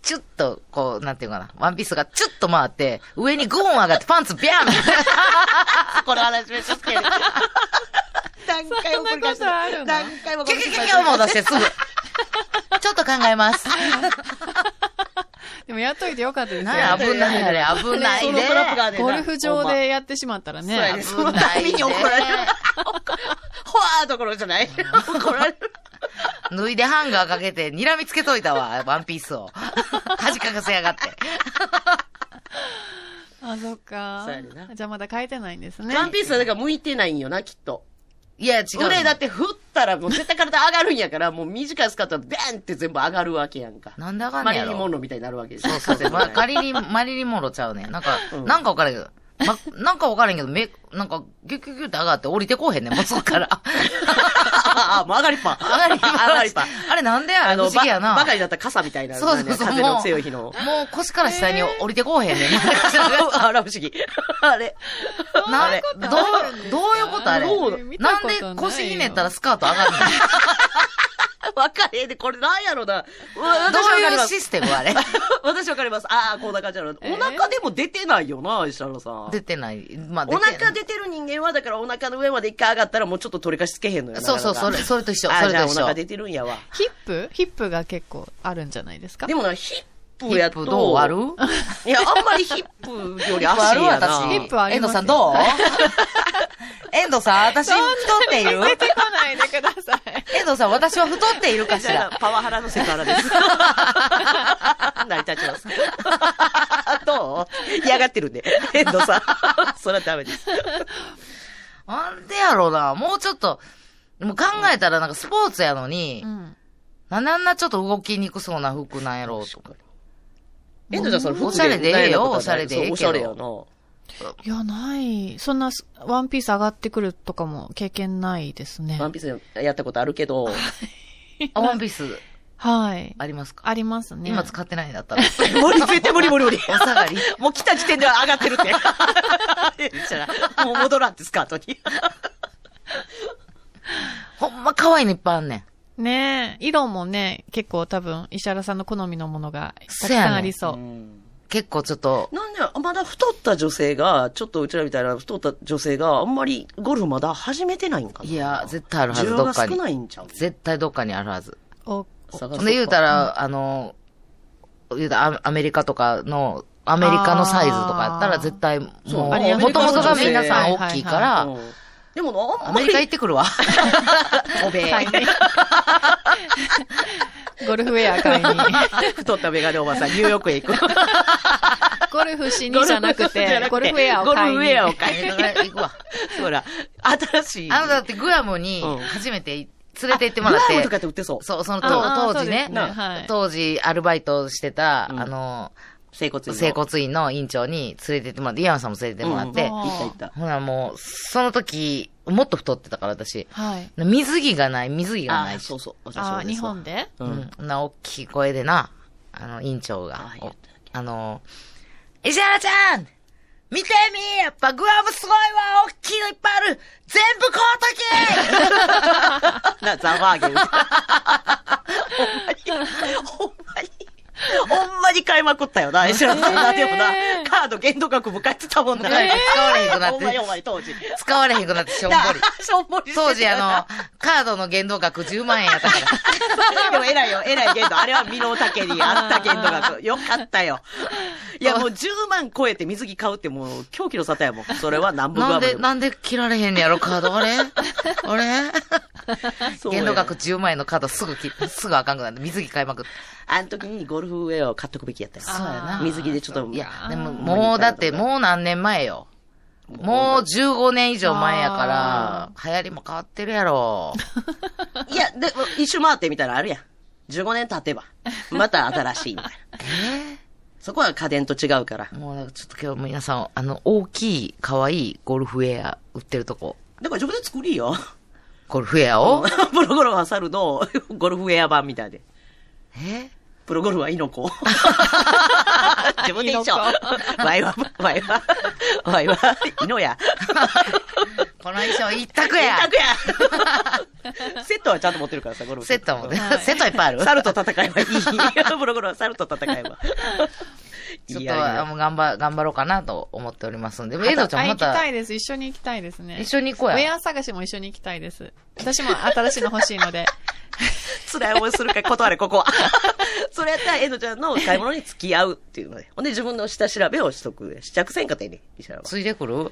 Speaker 4: チュッと、こう、なんていうかな、ワンピースがチュッと回って、上にゴーン上がってパンツビャン
Speaker 3: この話めっちゃ好きやね何回も繰り返して
Speaker 5: そんなことあるの
Speaker 3: る。何回も
Speaker 4: キ
Speaker 3: 繰
Speaker 4: ュ
Speaker 3: り
Speaker 4: キュキュ
Speaker 3: 返
Speaker 4: キ
Speaker 3: して
Speaker 4: ュ
Speaker 3: る。
Speaker 4: 戻してすぐ。ちょっと考えます。
Speaker 5: <laughs> でもやっといてよかったですよ
Speaker 4: なんや危ないあれ、危ない
Speaker 3: そ
Speaker 4: で
Speaker 3: の。トラップがね
Speaker 5: ゴルフ場でやってしまったら
Speaker 3: そうや
Speaker 5: ね
Speaker 3: ね。その度に怒られる。 <laughs> ほわーどころじゃない
Speaker 4: <laughs>
Speaker 3: 怒られる。
Speaker 4: 脱いでハンガーかけて、睨みつけといたわ、ワンピースを。恥かかせやがって。
Speaker 5: あ、そっか
Speaker 3: そうやねんな。
Speaker 5: じゃあまだ変えてないんですね。
Speaker 3: ワンピースはだから向いてないんよな、きっと。
Speaker 4: いや、違う。
Speaker 3: 腕だって振ったらもう絶対体上がるんやから、もう短いスカートはベーンって全部上がるわけやんか。
Speaker 4: なんであかん
Speaker 3: マリ
Speaker 4: ねや
Speaker 3: リン・
Speaker 4: ろ。
Speaker 3: モンローみたいになるわけでしょ。
Speaker 4: そうそうそう。ま、マリリン、マリリンモロちゃうねん。なんか、なんかわからんけど、ま、なんかわからんけど、め、なんか、ギュギュギュって上がって降りてこうへんねん、もうそっから。
Speaker 3: <laughs> ああ、曲がりパン。
Speaker 4: 上がりま
Speaker 3: 上がり
Speaker 4: し
Speaker 3: パ
Speaker 4: た
Speaker 3: ン。。
Speaker 4: あれなんでや、あ
Speaker 3: あ
Speaker 4: の、
Speaker 3: の、
Speaker 4: 不思議や
Speaker 3: ば、
Speaker 4: な
Speaker 3: ば。かりだったら傘みたいな。
Speaker 4: そうそうそう。
Speaker 3: 風
Speaker 4: も
Speaker 3: の
Speaker 4: う
Speaker 3: 強い日の。
Speaker 4: もう腰から下に降りてこうへんねん。
Speaker 3: あら不思議。あれ。
Speaker 4: な
Speaker 3: あれ。
Speaker 4: どう、どういうことあれ。
Speaker 3: どう
Speaker 4: なんで腰ひねったらスカート上が
Speaker 3: <laughs>
Speaker 4: るの
Speaker 3: わかれへんで、これなんやろな。うわ私
Speaker 4: ど
Speaker 3: わか
Speaker 4: う
Speaker 3: り
Speaker 4: いう
Speaker 3: ます。
Speaker 4: システムあれ
Speaker 3: <laughs> 私わかります。ああ、こんな感じなの。お腹でも出てないよな、石原さん。
Speaker 4: 出てない。まあ、
Speaker 3: お
Speaker 4: て
Speaker 3: 腹出てる人間は、だからお腹の上まで一回上がったらもうちょっと取り返しつけへんのよ。
Speaker 4: そうそう、それ、それと一緒。
Speaker 3: あ
Speaker 4: そ
Speaker 3: ー
Speaker 4: れ
Speaker 3: じゃあ
Speaker 4: と
Speaker 3: お
Speaker 4: 一緒
Speaker 3: 腹。出てるんやわ。
Speaker 5: ヒップヒップが結構あるんじゃないですか
Speaker 3: でもな、ヒッ
Speaker 4: ヒ
Speaker 3: プや
Speaker 4: ッ
Speaker 3: と。
Speaker 4: プどうある
Speaker 3: いや、あんまりヒップより足
Speaker 4: ある
Speaker 3: や
Speaker 4: 私
Speaker 3: な。。
Speaker 5: ヒップあり
Speaker 4: 遠
Speaker 5: ま
Speaker 4: 藤
Speaker 5: すよ
Speaker 4: さんどう遠藤さん、私太って <laughs> いる
Speaker 5: 出てこないでください。
Speaker 4: 遠藤さん、私は太っているかし
Speaker 3: じゃ <laughs>
Speaker 4: ら
Speaker 3: あ、パワハラのセクハラ
Speaker 4: <laughs>
Speaker 3: です。成り立ちます。 <laughs> どう嫌がってるんで。遠藤さん。それはダメです。
Speaker 4: なんでやろうな。もうちょっと、もう考えたらなんかスポーツやのに、
Speaker 5: うん。
Speaker 4: なんであんなちょっと動きにくそうな服なんやろうとか。
Speaker 3: 遠藤さん、それ服
Speaker 4: おしゃれでえ
Speaker 3: 悩
Speaker 4: えよ
Speaker 3: んだことある
Speaker 4: おしゃれでええけ
Speaker 3: そうお
Speaker 4: ど
Speaker 3: しゃれやな。
Speaker 5: いや、ない。そんなす、ワンピース上がってくるとかも経験ないですね
Speaker 3: ワ。ンピースやったことあるけど、
Speaker 4: あ、ワンピース
Speaker 5: はい。
Speaker 4: ありますか
Speaker 5: ありますね。
Speaker 4: 今使ってないんだったら。 <laughs>
Speaker 3: 無理、絶対無理無理無理。
Speaker 4: お下がり。
Speaker 3: もう来た時点では上がって
Speaker 4: <laughs>
Speaker 3: るって。そしたらもう戻らんってスカートに。
Speaker 4: ほんま可愛いのいっぱいあんねん。
Speaker 5: ねえ、色もね、結構多分、石原さんの好みのものがたく
Speaker 4: せや
Speaker 5: さ
Speaker 4: ね
Speaker 5: ん
Speaker 4: ん
Speaker 5: ありそう。
Speaker 4: 結構ちょっと、
Speaker 3: なんで、まだ太った女性が、ちょっとうちらみたいな太った女性があんまりゴルフまだ始めてないんかな。
Speaker 4: いや、絶対あるは
Speaker 3: 需
Speaker 4: ず、
Speaker 3: 要
Speaker 4: ど
Speaker 3: が
Speaker 4: っか
Speaker 3: 少
Speaker 4: に。
Speaker 3: ないんちゃう
Speaker 4: 絶対どっかにあるはず。
Speaker 5: お
Speaker 3: 探
Speaker 4: ほ
Speaker 3: そ
Speaker 4: んで言うた
Speaker 3: ら、
Speaker 4: ら、あの、言うたらアアメリカとかの、アメリカのサイズとかやった
Speaker 5: あ
Speaker 4: ら
Speaker 5: ー
Speaker 4: 絶対もう、
Speaker 3: そう
Speaker 4: も
Speaker 3: あれア
Speaker 4: と
Speaker 3: メリ
Speaker 4: も
Speaker 3: カの
Speaker 4: とが
Speaker 3: 女性
Speaker 4: 皆さん大きいか
Speaker 3: う
Speaker 4: ら、
Speaker 3: んでもな、あ
Speaker 4: <laughs> ア
Speaker 3: んま
Speaker 4: メリ
Speaker 3: り
Speaker 4: カ行ってくるわ。
Speaker 3: 飛べ。
Speaker 4: <laughs>
Speaker 5: 買いにゴルフウェア買いに。
Speaker 3: 太ったメガネおばさん、ニューヨークへ行く。
Speaker 5: ゴルフしにじゃなく
Speaker 3: じゃな
Speaker 5: て
Speaker 3: く、
Speaker 5: ゴルフウェアを買い
Speaker 3: ゴル
Speaker 5: に。
Speaker 3: フウェアを買いに。
Speaker 4: 行くわ。
Speaker 3: <laughs> ほら、新しい。
Speaker 4: <laughs> あの、だってグアムに
Speaker 3: うん
Speaker 4: 初めてい連れて行ってもらっ、
Speaker 3: グアムとかってて売ってそう。
Speaker 4: そう、そのと
Speaker 5: あー
Speaker 4: 当時
Speaker 5: そうで
Speaker 4: ね
Speaker 5: すねはい、
Speaker 4: 当時アルバイトしてた、
Speaker 3: うん
Speaker 4: あの、
Speaker 3: 整骨院の。
Speaker 4: 整骨院の院長に連れて行ってもらって、イアンさんも連れて行ってもらっ
Speaker 5: う
Speaker 4: て
Speaker 5: ん、
Speaker 3: 行った行った。
Speaker 4: ほらもう、その時、もっと太ってたから私。
Speaker 5: はい。
Speaker 4: 水着がない、水着が
Speaker 3: あ
Speaker 4: な
Speaker 3: ー
Speaker 4: いし
Speaker 3: そうそう。私はそう
Speaker 5: あー、
Speaker 3: で
Speaker 5: 日
Speaker 3: すわ
Speaker 5: 本で
Speaker 3: う
Speaker 4: うんん。そんな大きい声でな、あの、委員長が
Speaker 3: あ、
Speaker 4: お
Speaker 3: 言って
Speaker 4: あの、石原ちゃん見てみやっぱグアムすごいわ大きいのいっぱいある全部買うとき
Speaker 3: な、ザワー
Speaker 4: <laughs>
Speaker 3: ゲン。ほんまに、ほんまに、ほんまに買いまくったよな、石原さんな。
Speaker 5: えー
Speaker 3: でもな、カード限度額向かってたもんな。
Speaker 4: 向かって使われへんくなって
Speaker 3: ほんまにほんまに当時。
Speaker 4: 使われへんくなってしょんぼ
Speaker 3: <laughs>
Speaker 4: り。
Speaker 3: しょんぼりしてた
Speaker 4: 当時あの、カードの限度額10万円やったから。
Speaker 3: でも偉いよ、偉い限度。あれは身の丈にあった限度額。よかったよ。いや、もう10万超えて水着買うってもう狂気の沙汰やもん。それは何分
Speaker 4: な
Speaker 3: か
Speaker 4: んで、なんで切られへんねやろ、カード。あれあれ限度額10万円のカードすぐ切っすぐあかんくなって、水着買いまくって。
Speaker 3: あの時にゴルフウェアを買っとくべきやったよ。
Speaker 4: そうやな
Speaker 3: 水着でちょっと。
Speaker 4: いや、でも、もうだって、もう何年前よ。もう15年以上前やから、流行りも変わってるやろ。
Speaker 3: いや、で、一周回ってみたらあるやん。15年経てば、また新しいみたいな。そこは家電と違うから。
Speaker 4: もうなんかちょっと今日皆さん、あの、大きい、可愛いゴルフウェア売ってるとこ。
Speaker 3: だから自分で作りよ。
Speaker 4: ゴルフウェアを
Speaker 3: <laughs> プロゴルファー猿のゴルフウェア版みたいで。
Speaker 4: え
Speaker 3: プロゴルファー猪
Speaker 4: <laughs>
Speaker 3: 子。自分で一緒。ワイワ、ワイワ、ワイワ、猪や。
Speaker 4: この衣装一択
Speaker 3: 一
Speaker 4: や
Speaker 3: 択や。 <laughs> セットはちゃんと持ってるからさ、ゴルフ。
Speaker 4: セット
Speaker 3: <laughs>
Speaker 4: もね
Speaker 5: は、い
Speaker 4: セットはいっぱいある。
Speaker 3: 猿と戦えばい <laughs> い。ブログロは猿と戦え
Speaker 4: <laughs>
Speaker 3: ば。
Speaker 4: ちょっ
Speaker 3: い
Speaker 4: と、
Speaker 3: やい
Speaker 4: あ
Speaker 3: や
Speaker 4: もう頑張、頑張ろうかなと思っておりますんで。エドちゃ
Speaker 5: あ
Speaker 4: んま
Speaker 5: 行き
Speaker 4: た
Speaker 5: たいです。一緒に行きたいですね。
Speaker 4: 一緒に行こう
Speaker 5: ウェ
Speaker 4: や。
Speaker 5: ア探しも一緒に行きたいです。私も新しいの欲しいの <laughs> で。
Speaker 3: 辛い思いするから断れ、ここは。 <laughs> それやったら、エドちゃんの買い物に付き合うっていうので。ほんで、自分の下調べをしとく。試着せんかったよね、石原は。
Speaker 4: ついでくる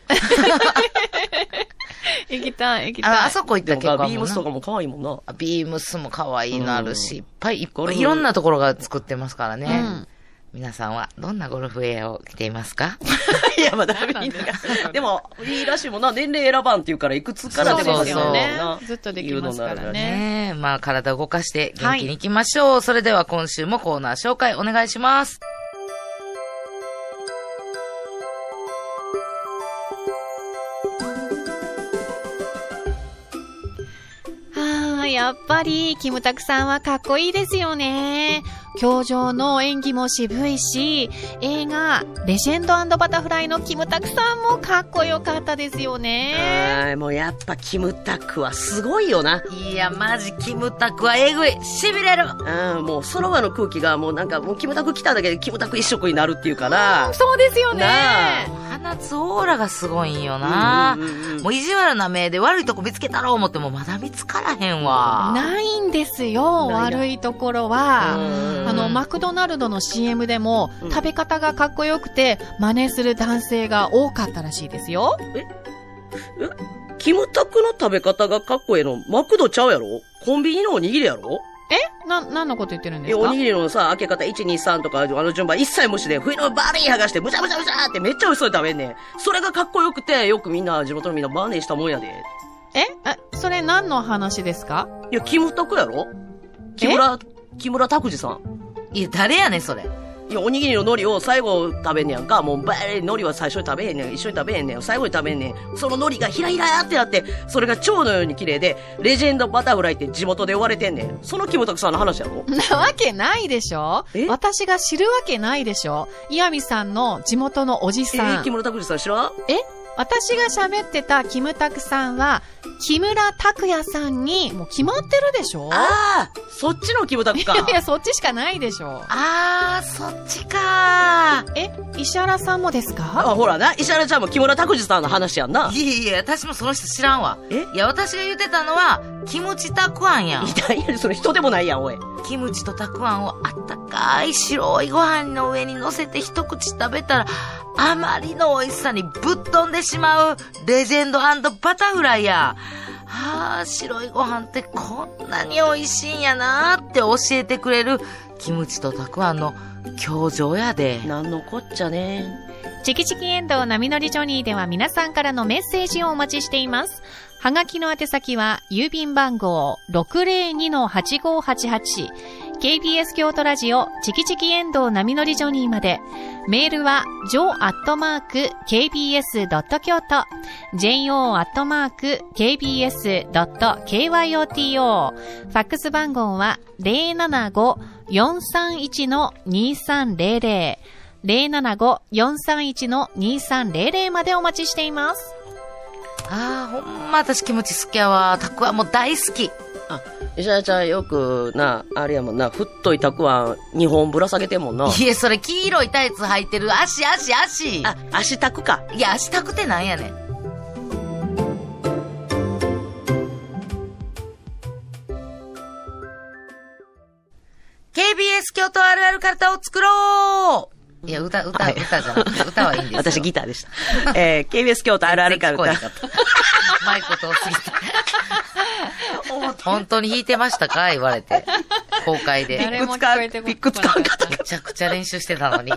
Speaker 5: 行きたい、行きたい。
Speaker 4: あ、あそこ行った
Speaker 3: でも
Speaker 4: ら結構あ
Speaker 3: まあ、
Speaker 4: る
Speaker 3: ビー
Speaker 4: も
Speaker 3: ム
Speaker 4: ん
Speaker 3: ス
Speaker 4: な
Speaker 3: とかも可愛いもんな。 <laughs>
Speaker 4: ビームスも可愛いのあるし、
Speaker 3: うん
Speaker 4: いっぱいいっ
Speaker 3: ゴ
Speaker 4: ぱ
Speaker 3: ル
Speaker 4: い、
Speaker 3: フ
Speaker 4: いろんなところが作ってますからね。
Speaker 5: うん
Speaker 4: 皆さんはどんなゴルフウェアを着ていますか
Speaker 3: いや、まだみん
Speaker 4: <laughs>
Speaker 3: なが。でも、いいらしいもんな。年齢選ばんって言うから、いくつからでも
Speaker 4: そうですよね
Speaker 3: な
Speaker 5: ずっとできますからね
Speaker 3: いうのなら
Speaker 4: ねえ、まあ体を動かして元気に行きましょう。それでは今週もコーナー紹介お願いします。
Speaker 5: ああ、やっぱり、キムタクさんはかっこいいですよね。教場の演技も渋いし、映画、レジェンドバタフライのキムタクさんもかっこよかったですよね。
Speaker 3: はい、もうやっぱキムタクはすごいよな。
Speaker 4: いや、マジキムタクはえぐい。痺れる。
Speaker 3: うん、もうその場の空気がもうなんかもうキムタク来ただけでキムタク一色になるっていうから。
Speaker 5: そうですよね。
Speaker 3: なあ
Speaker 4: 放つオーラがすごいんよ
Speaker 3: う
Speaker 4: な。
Speaker 3: んうんうん
Speaker 4: もう意地悪な目で悪いとこ見つけたろう思ってもまだ見つからへんわ。
Speaker 5: ないんですよ、
Speaker 3: ないな
Speaker 5: 悪いところは。
Speaker 4: うん
Speaker 5: あの、マクドナルドの CM でも
Speaker 3: うん、
Speaker 5: 食べ方がかっこよくて、真似する男性が多かったらしいですよ。
Speaker 3: キムタクの食べ方がかっこええの、マクドちゃうやろコンビニのおにぎりやろ
Speaker 5: えな、何のこと言ってるんで
Speaker 3: いや
Speaker 5: す
Speaker 3: お
Speaker 5: か
Speaker 3: にぎりのさ、開け方1、2、3とか、あの順番一切無視で、冬のバーリー剥がして、むちゃむちゃむちゃってめっちゃ美味しそうに食べんねん。それがかっこよくて、よくみんな、地元のみんなバーネしたもんやで。
Speaker 5: えあそれ何の話ですか
Speaker 3: いや、キムタクやろ木村、木村拓司さん。
Speaker 4: いや、誰やねん、それ。
Speaker 3: いや、おにぎりの海苔を最後食べんねやんか。もう、ばー海苔は最初に食べへんねん。一緒に食べへんねん。最後に食べへんねん。その海苔がひらひらーってなって、それが蝶のように綺麗で、レジェンドバタフライって地元で呼ばれてんねん。そのキムタクさんの話やろ
Speaker 5: なわけないでしょ
Speaker 3: え
Speaker 5: 私が知るわけないでしょ岩見さんの地元のおじ
Speaker 3: え
Speaker 5: さ
Speaker 3: ー、
Speaker 5: ん。
Speaker 3: 木村拓司さん知らん
Speaker 5: え私が喋ってたキムタクさんは、木村拓哉さんに、もう決まってるでしょ
Speaker 3: ああそっちのキムタク
Speaker 5: <laughs> い
Speaker 3: か。
Speaker 5: やいや、そっちしかないでしょ
Speaker 4: あー、そっちか
Speaker 5: え、石原さんもですか
Speaker 3: あ、ほらな、石原ちゃんも木村拓司さんの話やんな。
Speaker 4: ー。いやいや、私もその人知らんわ。
Speaker 3: え
Speaker 4: いや、私が言ってたのは、キムチたくあんやん。
Speaker 3: いやいや、それ人でもないやん、おい。
Speaker 4: キムチとたくあんをあったかい白いご飯の上に乗せて一口食べたら、あまりの美味しさにぶっ飛んでしまうレジェンドバタフライや。はあ、白いご飯ってこんなに美味しいんやなーって教えてくれるキムチとたくあんの教場やで。
Speaker 3: なんのこっちゃね。
Speaker 5: チキチキエンドウ波乗りジョニーでは皆さんからのメッセージをお待ちしています。はがきの宛先は、郵便番号602-8588、KBS 京都ラジオチキチキエンドウ波乗りジョニーまで、メールは、jo.kbs.kyoto、jo.kbs.kyoto、ファックス番号は、075-431-2300、075-431-2300までお待ちしています。
Speaker 4: ああ、ほんま私キムチ好きやわ。たくあんも大好き。
Speaker 3: あ、石原ちゃんよくな、あれやもんな、ふっといたくあん、2本ぶら下げてんもんな。
Speaker 4: いえ、それ黄色いタイツ履いてる足足足。
Speaker 3: あ、足タクか。
Speaker 4: いや、足たくてなんやねん。KBS 京都あるあるカルタを作ろういや、歌、歌、歌じゃなくて、歌はいいんですよ。
Speaker 3: <laughs> 私ギターでした。えー、KBS 京都あるあるか
Speaker 4: 全然聞
Speaker 3: ら
Speaker 4: こえなかった。マイク遠すぎた。本当に弾いてましたか言われて。公開で。
Speaker 5: 誰
Speaker 4: め
Speaker 5: も聞こえてこ
Speaker 3: ピックつかんかった
Speaker 4: ちゃくちゃ練習してたのに、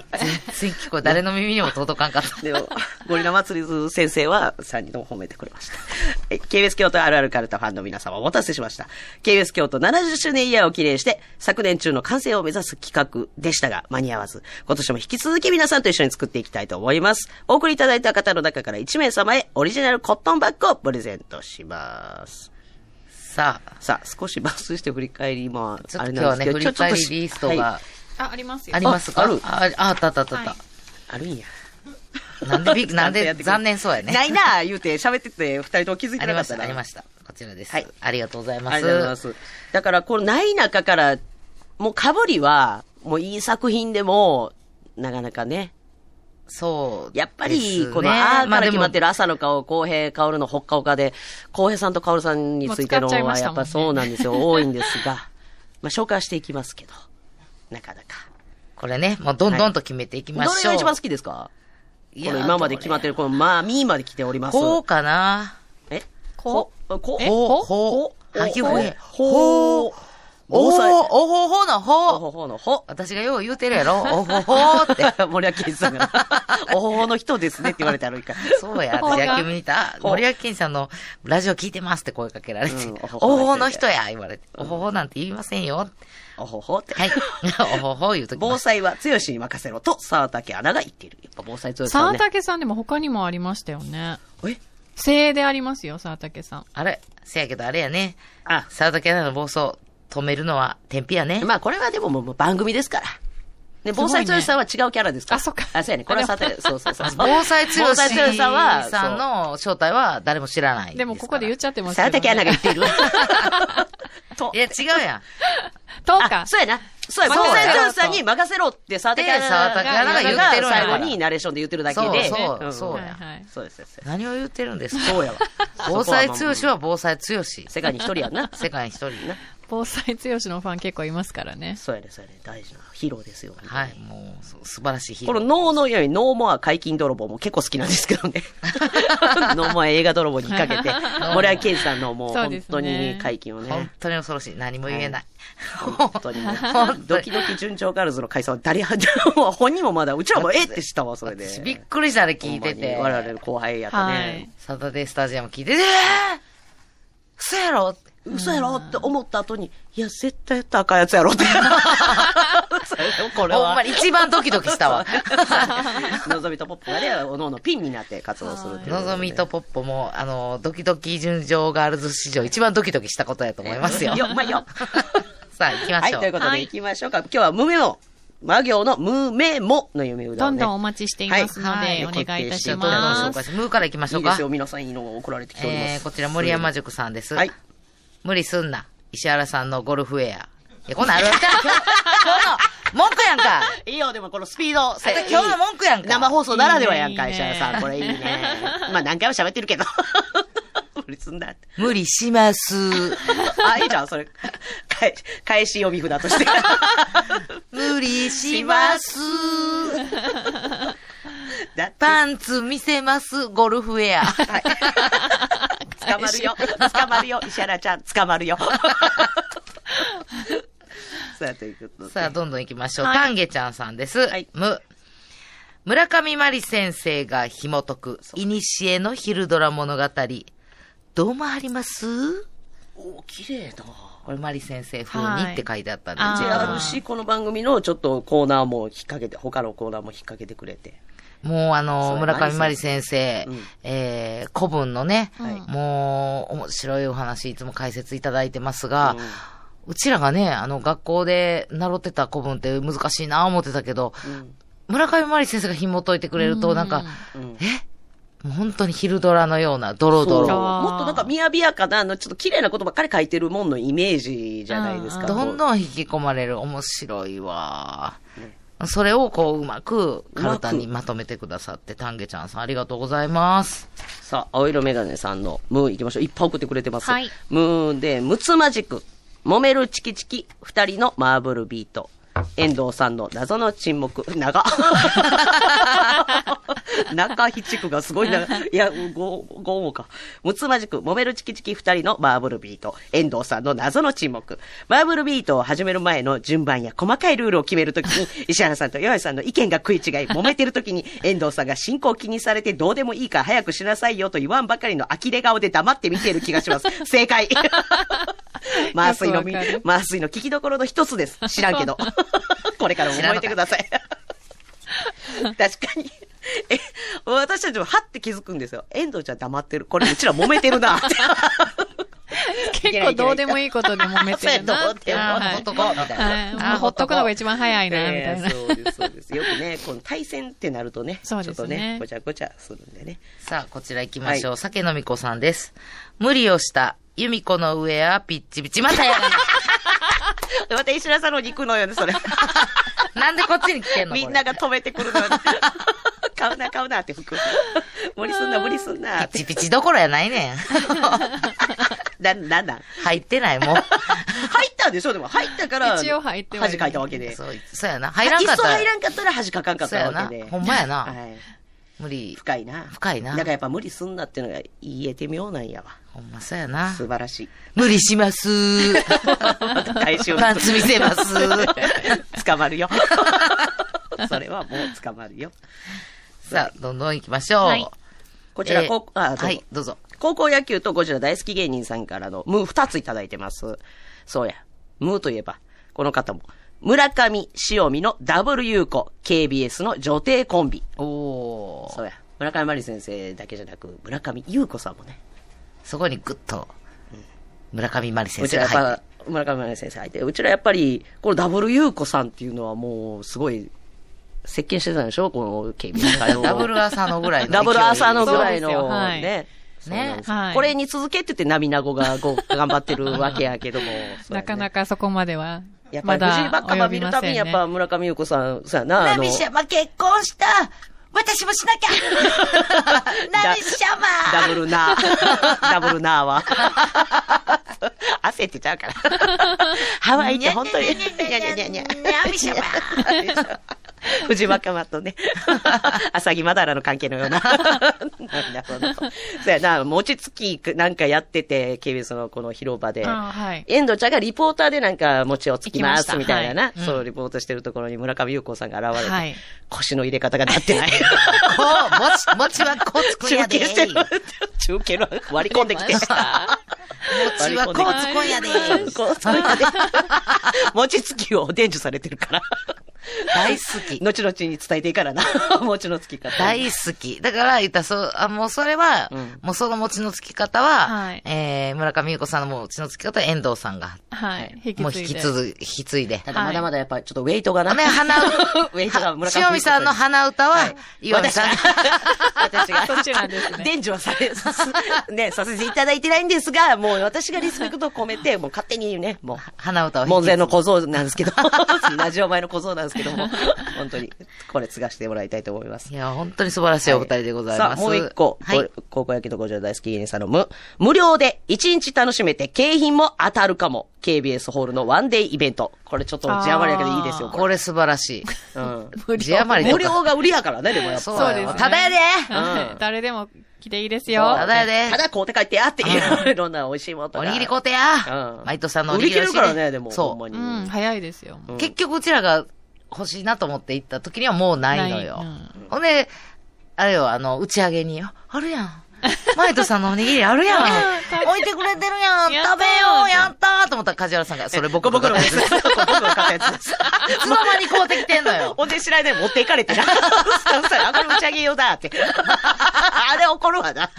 Speaker 4: 全然聞こえ、誰の耳にも届かんかった。
Speaker 3: でも、ゴリラ祭りず先生は3人とも褒めてくれました。 <laughs> え KBS 京都あるあるカルタファンの皆様お待たせしました。KBS 京都70周年イヤーを記念して、昨年中の完成を目指す企画でしたが、間に合わず、今年も引き続き皆さんと一緒に作っていきたいと思います。お送りいただいた方の中から1名様へオリジナルコットンバッグをプレゼントします。
Speaker 4: さあ、
Speaker 3: さあ、少し抜粋して振り返りも、
Speaker 4: ちょ
Speaker 3: あ
Speaker 4: っと
Speaker 3: れ
Speaker 4: 今日
Speaker 3: な
Speaker 4: は
Speaker 3: んで
Speaker 4: ね、
Speaker 3: すけ
Speaker 4: 振
Speaker 3: ど、
Speaker 4: り返りリスト
Speaker 3: ちょっと
Speaker 4: が
Speaker 3: はい
Speaker 5: あ、ありますよ。
Speaker 4: ありますか
Speaker 3: あある
Speaker 4: あああったあったあった。
Speaker 5: はい
Speaker 3: あるんや。
Speaker 4: なんでび、な
Speaker 3: <laughs> ちゃん
Speaker 4: ん
Speaker 3: とや
Speaker 4: で
Speaker 3: ってくれ
Speaker 4: 残念そうやね。
Speaker 3: ないなあ言うて喋ってて、二人とも気づいて
Speaker 4: あり
Speaker 3: なか
Speaker 4: ま
Speaker 3: っ
Speaker 4: したた、
Speaker 3: な。
Speaker 4: ありました。ちらです。
Speaker 3: はい
Speaker 4: ありがとうございます。
Speaker 3: ありがとうございます。だから、このない中から、もうかぶりは、もういい作品でも、なかなかね。
Speaker 4: そう、
Speaker 3: やっぱり、この、あーか
Speaker 4: ま
Speaker 3: ら
Speaker 4: あで
Speaker 3: 決
Speaker 4: も
Speaker 3: まってる朝の顔、公平、薫のほっかほかで、公平さんと薫さんについての
Speaker 5: もう使っちゃいま
Speaker 3: は、
Speaker 5: し
Speaker 3: や
Speaker 5: た
Speaker 3: っ
Speaker 5: もんね
Speaker 3: ぱそうなんですよ、多いんですが、まあ、紹介していきますけど、なかなか。
Speaker 4: これね、もうどんどんと決めていき
Speaker 3: ど
Speaker 4: ま
Speaker 3: れ
Speaker 4: しょう。
Speaker 3: が一番好きですか
Speaker 4: い
Speaker 3: こ
Speaker 4: や
Speaker 3: の今まで決まってる、この、まあ、ミーまで来ております。
Speaker 4: こうかな。
Speaker 3: え
Speaker 5: こ
Speaker 3: ここ
Speaker 5: え
Speaker 4: ほう、
Speaker 5: ほ
Speaker 4: ほう、はぎほえ、
Speaker 3: ほう
Speaker 4: ほう、お
Speaker 3: お
Speaker 4: ほ
Speaker 3: さ
Speaker 4: う、おほほの
Speaker 3: ほ
Speaker 4: ほう。
Speaker 3: ほほのほ。
Speaker 4: 私がよう言うてる
Speaker 3: <laughs>
Speaker 4: やろ。おほほって。
Speaker 3: 森脇健児さんが、おほほの人ですねって言われたらいいから。
Speaker 4: <laughs> そ
Speaker 3: <laughs>
Speaker 4: うや、
Speaker 5: ほう
Speaker 4: 私
Speaker 5: が
Speaker 4: 野球見に行った。
Speaker 3: ほう
Speaker 4: 森脇健児さんのラジオ聞いてますって声かけられて
Speaker 3: うんおほ。ほ
Speaker 4: おほほの人や、言われて。おほほなんて言いませんよ。
Speaker 3: おほほって。
Speaker 4: はい。 <laughs> おほほ言うときま
Speaker 3: 防
Speaker 4: す。
Speaker 3: 災は強しに任せろと、沢竹アナが言っている。やっぱ防災強しさ
Speaker 5: 沢
Speaker 3: んね。
Speaker 5: 竹さんでも他にもありましたよね。
Speaker 3: え
Speaker 5: 精鋭でありますよ、沢竹さん。
Speaker 4: あれ、せやけどあれやね。
Speaker 3: あ、
Speaker 4: 沢竹アナの暴走止めるのは天日やね。
Speaker 3: まあこれはでももう番組ですから。ね、防災強しさんは違うキャラですから。
Speaker 5: すごいねあそっか
Speaker 3: あ、そうやね。これはさて、そうそうそう。
Speaker 4: 防災強
Speaker 3: 防
Speaker 4: し
Speaker 3: 災強し
Speaker 4: さ
Speaker 3: さ
Speaker 4: ん
Speaker 3: んは、
Speaker 4: の正体は誰も知らない
Speaker 5: でもここで言っ
Speaker 4: っ
Speaker 5: ちゃってま
Speaker 3: そう
Speaker 5: すけど、
Speaker 3: 沢竹
Speaker 5: ね。
Speaker 3: アナ
Speaker 5: <laughs>
Speaker 3: が言っている。 <laughs> と
Speaker 4: い。や、違うやん。
Speaker 5: とか
Speaker 3: あ、。そうやな。そうや、
Speaker 5: 任
Speaker 3: 防
Speaker 5: せろ
Speaker 3: 災強しさんに任せろって沢竹アナ
Speaker 4: で沢竹アナが言ってるんやから
Speaker 3: 最後にナレーションで言ってるだけで。
Speaker 4: そうそうんそうや
Speaker 5: はいはい
Speaker 3: そうです。そうです
Speaker 4: 何を言ってるんですか
Speaker 3: <laughs> そうやわ。
Speaker 4: 防災強し
Speaker 3: は。
Speaker 4: は防災強し。
Speaker 3: 世界に一人やん <laughs> な。
Speaker 4: 世界に一人。
Speaker 5: 防災強しのファン結構いますからね。
Speaker 3: そうやね、そうやね。大事なヒーローですよ。
Speaker 4: はい、もう、そ素晴らしい日。
Speaker 3: この脳のように、ノーモア解禁泥棒も結構好きなんですけどね。ノーモア映画泥棒にかけて、森脇健児さんのもう
Speaker 5: そうで
Speaker 3: 本
Speaker 5: すね
Speaker 3: 当に解禁を
Speaker 4: 本
Speaker 3: ね。
Speaker 4: 当に恐ろしい。何も言えない。
Speaker 3: 本当にね
Speaker 4: 本当に
Speaker 3: ドキドキ順調ガールズの解散は誰は、 <laughs> もう本人もまだ、うちらもえってしたわ、それで。
Speaker 4: 私びっくりしたあれ聞いて
Speaker 3: ほんまに我
Speaker 4: て
Speaker 3: 々。の後輩やったね。
Speaker 4: サタデースタジアム聞いてて、えー嘘やろって
Speaker 3: 嘘やろって思った後に、いや、絶対やったらあかんやつや
Speaker 4: <laughs>
Speaker 3: ろって。それをこれ
Speaker 4: ほん
Speaker 3: は <laughs>
Speaker 4: ま。に一番ドキドキしたわ。
Speaker 3: のぞみとポップがね、おのおのピンになって活動するっていう
Speaker 4: のぞみとポッポも、あの、ドキドキ純情ガールズ史上一番ドキドキしたことやと思いますよ。
Speaker 3: よ、まあよ。
Speaker 4: <laughs> さあ、行きま
Speaker 3: はい、
Speaker 4: しょう。
Speaker 3: ということ
Speaker 5: は
Speaker 3: で
Speaker 5: い
Speaker 3: 行きましょうか。今日は無名を、魔行の無名もの夢うど
Speaker 5: ど
Speaker 3: ん
Speaker 5: ん
Speaker 3: ね。
Speaker 5: どんお待ちしていますの
Speaker 4: はい
Speaker 5: で、お願いいたし
Speaker 4: どんどん
Speaker 5: ま
Speaker 4: 紹介
Speaker 5: す。
Speaker 4: しムーから行きましょ
Speaker 3: いういで
Speaker 4: か。
Speaker 3: すよ、皆さんいいのが送られてきております。
Speaker 4: えー、こちら森山塾さんです。
Speaker 3: はい。
Speaker 4: 無理すんな。石原さんのゴルフウェア。いや、こんなんあるあ
Speaker 3: <laughs>
Speaker 4: るか。今日の文句やんか。
Speaker 3: いいよ、でもこのスピード、せ
Speaker 4: 今日の文句やんか。
Speaker 3: 生放送ならではやんか、
Speaker 5: いい
Speaker 3: 石
Speaker 5: ね
Speaker 3: 原さん。これいいね。まあ何回も喋って
Speaker 4: <laughs>
Speaker 3: るけど。無理すんなって。
Speaker 4: 無理します。
Speaker 3: あ、いいじゃん、それ。返し、返し読み札と <laughs> して。
Speaker 4: 無理します。
Speaker 3: だって
Speaker 4: パンツ見せます。ゴルフウェア。
Speaker 3: はい。捕まるよ。捕まるよ。石原ちゃん、捕まるよ。 <laughs> さあ、ということで。
Speaker 4: さあ、どんどん行きましょう。
Speaker 5: はい
Speaker 4: 丹下ちゃんさんです。
Speaker 3: はい
Speaker 4: む。村上真理先生が紐解く、いにしえの昼ドラ物語。どうもあります
Speaker 3: お、綺麗だ。
Speaker 4: これ、真理先生風にって書いてあったんで、
Speaker 5: はい
Speaker 4: ちょっと
Speaker 5: あー
Speaker 3: あるし、この番組のちょっとコーナーも引っ掛けて、他のコーナーも引っ掛けてくれて。
Speaker 4: もうあの、
Speaker 3: そう
Speaker 4: 村上真理先生、
Speaker 3: うん
Speaker 4: えー、古文のね、
Speaker 5: はい
Speaker 4: もう、面白いお話、いつも解説いただいてますが、うちらがね、あの、学校で習ってた古文って難しいなぁ思ってたけど、村上真理先生が紐解いてくれると、なんか、
Speaker 3: うんうん
Speaker 4: えもう本当に昼ドラのような、ドロド
Speaker 3: そう
Speaker 4: ロ。
Speaker 5: あー
Speaker 3: もっとなんかみやびやかな、あのちょっと綺麗なことばっかり書いてるもんのイメージじゃないですか。
Speaker 4: どん
Speaker 3: ん。
Speaker 4: どん引き込まれる、面白いわ。それをこう、うまく、カルタにまとめてくださって、丹下ちゃんさん、ありがとうございます。
Speaker 3: さあ、青色メガネさんのムー行きましょう。いっぱい送ってくれてます。
Speaker 5: はい
Speaker 3: ムーで、ムツマジク、揉めるチキチキ、二人のマーブルビート。遠藤さんの謎の沈黙。
Speaker 5: <laughs>
Speaker 3: 長っ。 <laughs> 中七区がすごい長い。いや、ご、ご音か。むつまじく、揉めるチキチキ二人のマーブルビート。遠藤さんの謎の沈黙。マーブルビートを始める前の順番や細かいルールを決めるときに、 <laughs> 石原さんと岩井さんの意見が食い違い、揉めてるときに、遠藤さんが進行を気にされてどうでもいいから早くしなさいよと言わんばかりの呆れ顔で黙って見ている気がします。正解。麻酔のみ
Speaker 5: よくわかる、
Speaker 3: 麻酔の聞きどころの一つです。知らんけど。 <laughs> これからも覚えてください。確かに。え、私たちもはって気づくんですよ。遠藤ちゃん黙ってる。これ、うちら揉めてるなって。
Speaker 5: <laughs> 結構どうでもいいことで揉めてるなっ
Speaker 3: <laughs> そう
Speaker 5: て。
Speaker 3: や
Speaker 4: あ
Speaker 5: は
Speaker 4: ーもう
Speaker 5: い
Speaker 4: ほっとこう、みたい
Speaker 5: はい
Speaker 4: な。
Speaker 5: もうほっとくのが一番早いな、みたい
Speaker 3: え
Speaker 5: な
Speaker 3: ー。そうです、そうです。よくね、この対戦ってなるとね、
Speaker 5: そう
Speaker 3: ちょ
Speaker 5: で
Speaker 3: っ
Speaker 5: す
Speaker 3: と
Speaker 5: ね
Speaker 3: ね、ごちゃごちゃするんでね。
Speaker 4: さあ、こちら行きましょう。酒飲み子さんです。無理をした由美子のウェア、ピッチピチ、またや <laughs> る
Speaker 3: また石田さんのに行くのよね、
Speaker 5: <laughs>
Speaker 3: それ。
Speaker 4: の。なんでこっちに来てんの
Speaker 3: みんな
Speaker 4: が。
Speaker 3: が止めてくるの
Speaker 5: <laughs>
Speaker 3: よね。買うな、買うなって服。無理すんな、無理すんなっ
Speaker 4: ピ
Speaker 3: て。
Speaker 4: チピチどころやないねん。
Speaker 3: <laughs> な、なんなん
Speaker 4: 入ってない
Speaker 3: <laughs>
Speaker 4: もん。
Speaker 3: 入ったんでしょでも入ったから。
Speaker 5: 一応入ってはい
Speaker 3: 恥
Speaker 5: る
Speaker 3: かいたわけで。
Speaker 4: そう、そうやな。入らんか
Speaker 3: い
Speaker 4: った
Speaker 3: っそ
Speaker 4: ら
Speaker 3: 入。らんかったら恥かかんかっ
Speaker 4: そうや
Speaker 3: たわ
Speaker 4: な
Speaker 3: けで。。
Speaker 4: ほんまやな。
Speaker 3: はい。
Speaker 4: 無理。
Speaker 3: 深いな。
Speaker 4: 深いな
Speaker 3: だからやっぱ無理すんなっていうのが言えて妙なんやわ。
Speaker 4: ほんまそうやな。
Speaker 3: 素晴らしい。 <laughs>
Speaker 4: 無理します。 <laughs>
Speaker 3: 返しを
Speaker 4: パンツ見せます。
Speaker 3: <laughs> 捕まるよ。それはもう捕まるよ。
Speaker 4: さあ、どんどん行きましょう。
Speaker 5: はい
Speaker 3: こちら、
Speaker 4: えー
Speaker 3: 高校あどうぞ
Speaker 4: はい、どうぞ。
Speaker 3: 高校野球とゴジラ大好き芸人さんからのムー二ついただいてます。そうや。ムーといえば、この方も。村上、塩見のダブル優子、KBS の女帝コンビ。
Speaker 4: お
Speaker 3: そ
Speaker 4: ー
Speaker 3: うや。村上真理先生だけじゃなく、村上優子さんもね。
Speaker 4: そこにグッと、村上真理先
Speaker 3: うち
Speaker 4: 生
Speaker 3: らやっ
Speaker 4: が入って。
Speaker 3: ぱ、村上真理先生入って、うちらやっぱり、このダブル優子さんっていうのはもう、すごい、接近してたんでしょこの KBS 界の。
Speaker 4: <laughs> ダブル朝のぐらいの勢い。
Speaker 3: ダブル朝のぐらいの
Speaker 5: そうですよは
Speaker 3: ね。
Speaker 5: い
Speaker 4: ね
Speaker 3: そうなんです
Speaker 5: はい
Speaker 3: これに続けって言って、なみなごがこう頑張ってるわけやけ
Speaker 5: <laughs>
Speaker 3: ども。
Speaker 5: なかな
Speaker 3: か。
Speaker 5: かそこまでは。
Speaker 3: やっぱ
Speaker 5: ま
Speaker 3: り藤井
Speaker 5: だ
Speaker 3: ばっかば
Speaker 5: 及
Speaker 3: 見
Speaker 5: び
Speaker 3: る
Speaker 5: ま
Speaker 3: た
Speaker 5: せ
Speaker 3: び
Speaker 5: ん
Speaker 3: に、
Speaker 5: ね。
Speaker 3: やっぱ村上優子さん、さな、あの、
Speaker 1: マ結婚した私もしなき
Speaker 3: <laughs>
Speaker 1: ゃナミシャマ
Speaker 3: ダブルな、
Speaker 1: <laughs>
Speaker 3: ダブルなは。焦ってちゃ
Speaker 1: <laughs>
Speaker 3: うから。ハワイって本当に、にゃにゃにゃにゃ。
Speaker 1: ナミシャマ
Speaker 3: 藤若間とね、浅木まだらの関係のよう
Speaker 1: <laughs>
Speaker 3: な。なんだろうなそうやな、餅つきなんかやってて、KBS のこの広場で。
Speaker 5: あはい。
Speaker 3: 遠藤ちゃんがリポーターでなんか餅をつきま
Speaker 5: 行きまし
Speaker 3: す
Speaker 5: た
Speaker 3: みたいなな、
Speaker 4: うん
Speaker 3: そうリポートしてるところに村上優子さんが現れて、
Speaker 5: はい
Speaker 3: 腰の入れ方がなってない。
Speaker 4: こう、もち、もちはこうつく
Speaker 3: <laughs>
Speaker 4: ん
Speaker 3: 中 <laughs>
Speaker 4: やで。
Speaker 3: 継してる。中継の割り込んできて。
Speaker 5: 出まし
Speaker 4: もちはこうつくんやで。
Speaker 3: こうそれで餅つきを伝授されてるから。
Speaker 4: 大好き。
Speaker 3: 後々に伝えていいからな。 <laughs> 餅のつき方。
Speaker 4: 大好き。だから、言ったら、そう、あ、もうそれは、
Speaker 3: うん
Speaker 4: もうその餅のつき方は、
Speaker 5: はい
Speaker 4: えー、村上優子さんの餅のつき方は遠藤さんが、
Speaker 5: はい。引き
Speaker 4: もう
Speaker 5: 継
Speaker 4: 引
Speaker 5: い
Speaker 4: き
Speaker 5: で。
Speaker 4: 継ぐ、引き継いで。
Speaker 3: ただまだまだやっぱちょっとウェイトがな。、
Speaker 4: ね、鼻歌
Speaker 3: <laughs> 上田が村上
Speaker 4: 塩見さんの鼻歌は、岩見
Speaker 3: 私
Speaker 4: さ
Speaker 3: が
Speaker 4: んが。
Speaker 3: 私が。
Speaker 5: そっちなんですね
Speaker 3: 伝授はされ、さすね、させていただいてないんですが、もう私がリスペクトを込め <laughs> て、もう勝手にね、も
Speaker 4: 鼻歌を
Speaker 3: う、
Speaker 4: 引き継
Speaker 3: 門
Speaker 4: ぐ
Speaker 3: 前の小僧なん <laughs> ですけど、ラジオ前の小僧なんですけども、本当に、これ継がしてもらいたいと思います
Speaker 4: い。や、本当に素晴らしいお二人でござい
Speaker 3: さあ、
Speaker 4: ます。
Speaker 3: もう一個、
Speaker 4: はい。
Speaker 3: ご高校野球の50大好き芸人さんの無、無料で1日楽しめて景品も当たるかも。KBS ホールのワンデイイベント。これちょっと字余りだけどいいですよ、
Speaker 4: これ素晴らしい。
Speaker 3: れ。うん。
Speaker 4: 字余り
Speaker 3: 無料が売りやからね、でもやっぱ。
Speaker 4: そう
Speaker 5: そうですね。
Speaker 4: ただやで
Speaker 5: はい誰でも来ていいです
Speaker 3: そう
Speaker 5: よ。
Speaker 4: ただや
Speaker 3: た
Speaker 4: で。
Speaker 3: だ買うて帰ってやっていう、いろんな美味しいものとか。
Speaker 4: おにぎり
Speaker 3: こ
Speaker 4: こうてや。マイトさんのお
Speaker 3: 売
Speaker 4: に
Speaker 3: り
Speaker 4: ぎり
Speaker 3: 切れ
Speaker 4: 美味
Speaker 3: る
Speaker 4: しい
Speaker 3: からね、でも、ほん
Speaker 4: そ
Speaker 3: ま
Speaker 5: う
Speaker 3: に。
Speaker 5: ん、早いですよ。
Speaker 3: う
Speaker 4: う。
Speaker 3: ん
Speaker 4: 結局、うちらが欲しいなと思って行った時にはもうないのよ
Speaker 5: ないう。
Speaker 4: ほんで、あれよ、あの、打ち上げに、ああるやん。マイトさんのおにぎりあるやん。 <laughs> 置いてくれてるやん。
Speaker 5: やった
Speaker 4: 食べよう、やったーと思ったら梶原さんが、それ僕僕のやつ。いつ
Speaker 3: 僕の買ったやつです。
Speaker 4: <laughs> の間に買うてきてんのよ。
Speaker 3: <laughs> ほんで知らないで持っていかれてな。そしたら、あ、これ打ち上げ用だ
Speaker 4: <laughs>
Speaker 3: って。あれ怒るわ <laughs> な。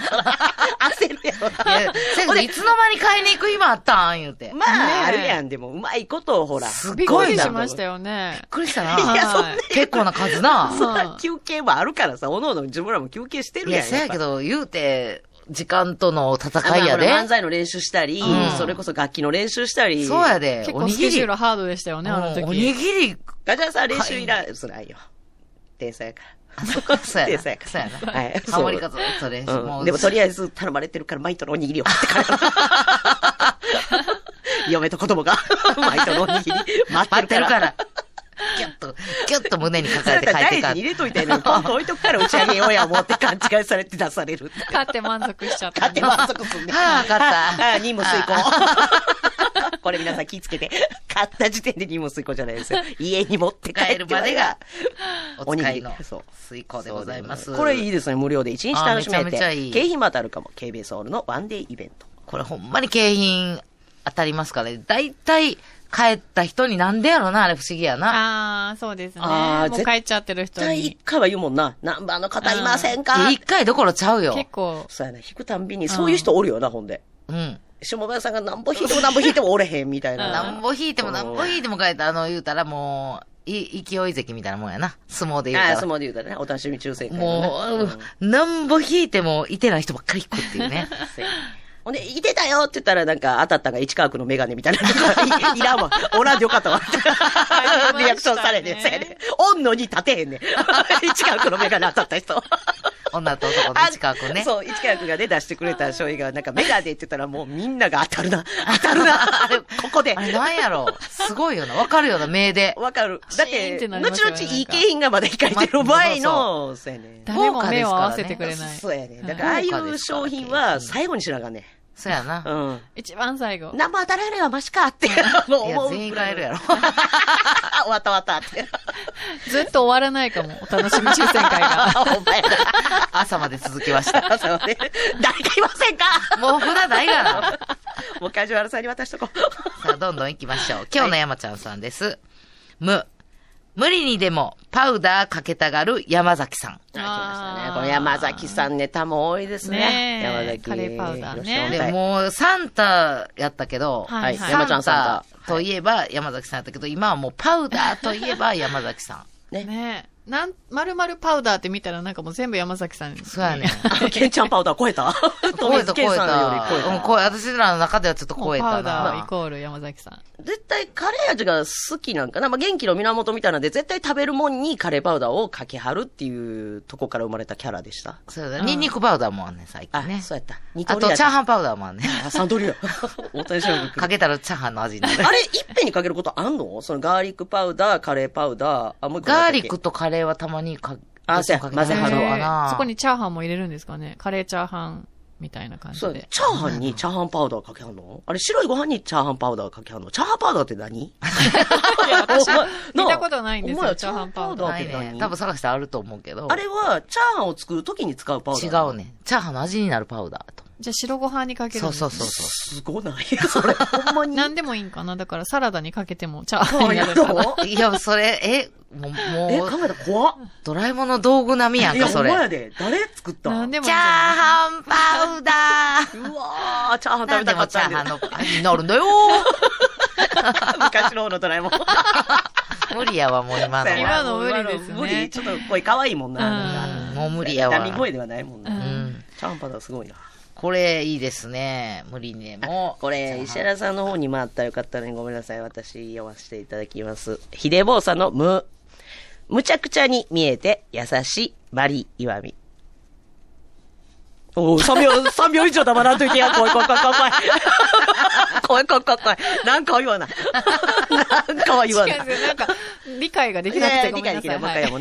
Speaker 3: 焦るやろ
Speaker 4: いやせやけどいつの間に買いに行く今あったん言うて。
Speaker 3: まあ、あ
Speaker 5: ねえ
Speaker 3: るやん、でも、うまいことを、ほら。
Speaker 4: す
Speaker 5: びっ
Speaker 4: ご
Speaker 5: く
Speaker 4: い
Speaker 5: り
Speaker 4: な。
Speaker 5: しましたよね
Speaker 4: びっ。くりした
Speaker 3: い
Speaker 4: な。
Speaker 3: や、そん
Speaker 5: は、
Speaker 3: ない
Speaker 4: 結構な数な。
Speaker 3: そんな休憩もあるからさ、おのおの自分らも休憩してる
Speaker 4: い
Speaker 3: や
Speaker 4: や、
Speaker 3: ん。
Speaker 4: せやけ
Speaker 3: っ
Speaker 4: ど、言うて、時間との
Speaker 3: ぱ。
Speaker 4: 戦いやで
Speaker 3: ま。あ漫才の練習したり、
Speaker 4: うん
Speaker 3: それこそ楽器の練習したり。
Speaker 4: そう
Speaker 3: で。
Speaker 4: やで
Speaker 5: 結。
Speaker 4: お
Speaker 5: 構
Speaker 4: に
Speaker 5: ス
Speaker 4: ぎ
Speaker 5: ケジュ
Speaker 4: り
Speaker 5: ー。ルハードでしたよね、あの
Speaker 4: うんおに
Speaker 5: 時。
Speaker 4: ぎり。
Speaker 3: ガチャさん練習いらん、そないよ。天才やから。
Speaker 4: あ、 <laughs> そっか、そ
Speaker 3: <laughs>
Speaker 4: うやな。
Speaker 3: そうや
Speaker 4: そうやな。
Speaker 3: はい
Speaker 4: ハモリカツと練習
Speaker 3: うん
Speaker 4: もう。
Speaker 3: でもとりあえず頼まれてるから、マイトのおにぎ
Speaker 4: <laughs>
Speaker 3: りを買ってから。嫁と子供が、
Speaker 4: <laughs>
Speaker 3: マイトのおにぎり待って
Speaker 4: 待っ
Speaker 3: る
Speaker 4: て
Speaker 3: か
Speaker 4: る
Speaker 3: ら。
Speaker 4: から。ギュッと、ギュッと胸に抱えて帰っ
Speaker 3: ダイ
Speaker 4: て
Speaker 3: エッ
Speaker 4: か
Speaker 3: トに入れといたやのに、ポンと置いとくから打ち上げようや思って勘違いされて出されるって。
Speaker 5: 買って満足しちゃった
Speaker 3: 勝。手に満足すんね。
Speaker 4: はあ勝った
Speaker 3: はあ任務遂行。 <laughs> これ皆さん気ぃつけて。買った時点で任務遂行じゃないですよ。家に持って帰って
Speaker 4: 帰るまでが。、お使い
Speaker 3: <laughs>
Speaker 4: の
Speaker 3: おにぎりそう
Speaker 4: 水行でございます。
Speaker 3: これいいですね。無料で一日楽しめ
Speaker 4: あめちゃめちゃい
Speaker 3: て。
Speaker 4: い
Speaker 3: 景品も当たるかも。KBS ホールのワンデイイベント。
Speaker 4: これほんまに景品当たりますからね。だいたい帰った人になんでやろな、あれ不思議やな。
Speaker 5: ああ、そうですね。
Speaker 3: あー
Speaker 5: もう帰っちゃってる人
Speaker 3: 第一
Speaker 5: に。
Speaker 3: 回は言うもんな。ナンバーの方いませんか
Speaker 4: 一回どころちゃうよ。
Speaker 5: 結構、
Speaker 3: そうやな。弾くたんびに、そういう人おるよな、ほんで。
Speaker 4: うん。
Speaker 3: 下林さんが何本弾いても何本弾いても折れへんみたいな。
Speaker 4: なんぼ引いてもなんぼ引いても帰った、あの言うたらもう、い、勢い関みたいなもんやな。相撲で言う
Speaker 3: ああ、
Speaker 4: た
Speaker 3: 相
Speaker 4: ら。
Speaker 3: 撲で言うたらね、お楽しみ抽選会のね <laughs>
Speaker 4: もう、なんぼ引いてもいてない人ばっかり行くっていうね。
Speaker 3: ほんで、いてたよって言ったら、なんか、当たったんが市川区のメガネみたいな。なんかいいらん
Speaker 4: <laughs>
Speaker 3: わ。おらんでよかったわ。リアクションされて、
Speaker 5: ありま
Speaker 3: そ
Speaker 5: した
Speaker 3: う
Speaker 5: ね
Speaker 3: やね。おんのに立てへん
Speaker 4: <laughs>
Speaker 3: ねん。市川区のメガネ当たった人。
Speaker 4: 女と男の近くね。
Speaker 3: そう、市川区がね、出してくれた醤油が、なんかメガネって言ったらもうみんなが当たるな。当たるな。 <laughs> ここで
Speaker 4: あ。れなんやろすごいよな。わかるよな、目で。
Speaker 3: わかる。だっ、
Speaker 5: シーンっててなり
Speaker 3: 後
Speaker 5: ますよね
Speaker 3: 々いい景品がまだ控えてる場合の、そうやね。
Speaker 5: 誰も目を合わせてくれない。
Speaker 3: そうやね。だから、ああいう商品は最後にしなあかんね。
Speaker 4: そうやな。
Speaker 3: うん。
Speaker 5: 一番最後。
Speaker 3: 何も当たらないのはマシかってもう <laughs> 思
Speaker 4: いや、
Speaker 3: う。
Speaker 4: 全員帰るやろ。 <laughs>
Speaker 3: 終わった終わったって。
Speaker 5: ずっと終わらないかも。お楽しみ抽選会が。
Speaker 3: <laughs> お前ら。
Speaker 4: 朝まで続きました。
Speaker 3: そうね。誰かいませんか <laughs>
Speaker 4: もう札ないがな。
Speaker 3: もうカジュアルさんに渡しとこう。
Speaker 4: さあ、どんどん行きましょう。今日の山ちゃんさんです。む。無理にでも、パウダーかけたがる山崎さん。
Speaker 3: あ来ました
Speaker 5: あ
Speaker 3: ね。
Speaker 5: ー
Speaker 3: これ山崎さんネタも多いですね。
Speaker 5: ねえ
Speaker 3: 山崎。
Speaker 5: カレーパウダーね
Speaker 3: 広島
Speaker 4: で、もう、サンタやったけど、
Speaker 5: はい
Speaker 3: はい。
Speaker 5: はい
Speaker 3: 山ちゃんさん
Speaker 4: といえば山崎さんやったけど、今はもうパウダーといえば山崎さん。
Speaker 5: ねえ。なん、まるまるパウダーって見たらなんかもう全部山崎さん。
Speaker 4: そうやねん。
Speaker 3: だ。ケンちゃんパウダ <laughs> ー超えた
Speaker 4: 超えた
Speaker 3: ケン
Speaker 4: 超え
Speaker 3: さんより
Speaker 4: た。
Speaker 3: 超
Speaker 4: う
Speaker 3: え
Speaker 4: ん
Speaker 3: た。
Speaker 4: 超え、私らの中ではちょっと
Speaker 5: も
Speaker 4: 超
Speaker 5: う
Speaker 4: え
Speaker 5: パ
Speaker 4: た
Speaker 5: ウダーイ
Speaker 4: な。
Speaker 5: コール山崎さん。
Speaker 3: 絶対カレー味が好きなんかな。まあ、元気の源みたいなんで、絶対食べるもんにカレーパウダーをかけはるっていうとこから生まれたキャラでした。
Speaker 4: そうだ、ニンニクパウダーもあんねん、最
Speaker 3: あ、
Speaker 4: 近ね。
Speaker 3: そうやった。二
Speaker 4: あ
Speaker 3: 刀流
Speaker 4: と、
Speaker 3: やっ
Speaker 4: チャー
Speaker 3: た
Speaker 4: ハンパウダーもあんねん。
Speaker 3: あ、サントリーや。 <laughs> 大谷翔平君
Speaker 4: かけたらチャーハンの味に
Speaker 3: <laughs>
Speaker 4: なる。
Speaker 3: あれ、いっぺんにかけることあんのそのガーリックパウダー、カレーパウダー、あ、もう一個
Speaker 4: ガー
Speaker 3: な
Speaker 4: リッ
Speaker 3: んだ
Speaker 4: ク
Speaker 3: っ
Speaker 4: とカレーはたまにか、
Speaker 3: あそうや
Speaker 4: かけたりするわ
Speaker 3: 混ぜは
Speaker 5: へえ
Speaker 4: な。
Speaker 5: そこにチャーハンも入れるんですかね。カレーチャーハンみたいな感
Speaker 3: け。
Speaker 5: じ
Speaker 3: そうや
Speaker 5: で。
Speaker 3: チャーハンにチャーハンパウダーかけはんのあれ、白いご飯にチャーハンパウダーかけはんのチャーハンパウダーって
Speaker 5: <laughs>
Speaker 3: 何
Speaker 5: いや私
Speaker 3: お前
Speaker 5: 見たことないんですよ
Speaker 3: お前ら
Speaker 5: チャーハンパウダ
Speaker 3: チャー
Speaker 4: な
Speaker 3: ハンパウダー
Speaker 4: い
Speaker 3: って
Speaker 4: ね
Speaker 3: 何。
Speaker 4: 多分探してあると思うけど。
Speaker 3: あれは、チャーハンを作るときに使うパウダ
Speaker 4: 違
Speaker 3: ー。
Speaker 4: うねん。チャーハンの味になるパウダーと。
Speaker 5: じゃあ白ご飯にかける
Speaker 4: そ
Speaker 5: ん
Speaker 4: う
Speaker 5: です
Speaker 4: そうそうそう。
Speaker 3: すごないそれ、ほんまに。
Speaker 5: 何でもいいんかなだからサラダにかけてもチャーハンになる
Speaker 3: ど
Speaker 5: か
Speaker 3: う
Speaker 5: ら。
Speaker 4: いや、それ、え、もう、
Speaker 3: え、
Speaker 4: も
Speaker 3: 考
Speaker 4: う、
Speaker 3: えたら怖っ。
Speaker 4: ドラえもんの道具並みやん
Speaker 3: いや、
Speaker 4: か、
Speaker 3: ほ
Speaker 4: そ
Speaker 3: んまや
Speaker 4: れ。
Speaker 3: で。誰作った
Speaker 5: 何でもいい
Speaker 4: チ
Speaker 5: んじ
Speaker 4: ャー
Speaker 5: ゃない
Speaker 4: ハンパウダー
Speaker 3: うわー、チャーハン食
Speaker 4: なん
Speaker 3: べ
Speaker 4: で
Speaker 3: たか
Speaker 4: も
Speaker 3: っ
Speaker 4: チャ
Speaker 3: た
Speaker 4: ーハン
Speaker 3: ん
Speaker 4: の味になるんだよ
Speaker 3: で昔の方のドラえもん。
Speaker 4: 無理やわ、もう今のは。
Speaker 5: 今の無理ですね
Speaker 3: 無理。ちょっと声可愛いもんな。
Speaker 5: うん
Speaker 4: もう無理やわ。
Speaker 3: ダミ声ではないもん
Speaker 5: う
Speaker 4: う
Speaker 3: な。
Speaker 4: ん。
Speaker 3: チャーハンパウダーすごいな。
Speaker 4: これ、いいですね。無理にでも。
Speaker 3: これ、石原さんの方に回ったらよかったのにごめんなさい。私、読ませていただきます。ひでぼうさんのむ。むちゃくちゃに見えて優しいマリー岩見。おお、3秒、3秒以 <laughs> 上黙らんといけや。怖い怖い怖い怖い怖い。怖い怖い怖い怖い。なんかは言わない。なんかは言わない。
Speaker 5: 違うんですよなんか、理解ができ
Speaker 3: い
Speaker 5: なく
Speaker 3: や
Speaker 5: て
Speaker 3: 理
Speaker 5: ごめん
Speaker 3: 解で
Speaker 5: な
Speaker 3: き
Speaker 5: さ
Speaker 3: ない
Speaker 5: い。
Speaker 3: ばっ
Speaker 5: は
Speaker 3: か
Speaker 5: い
Speaker 3: りやも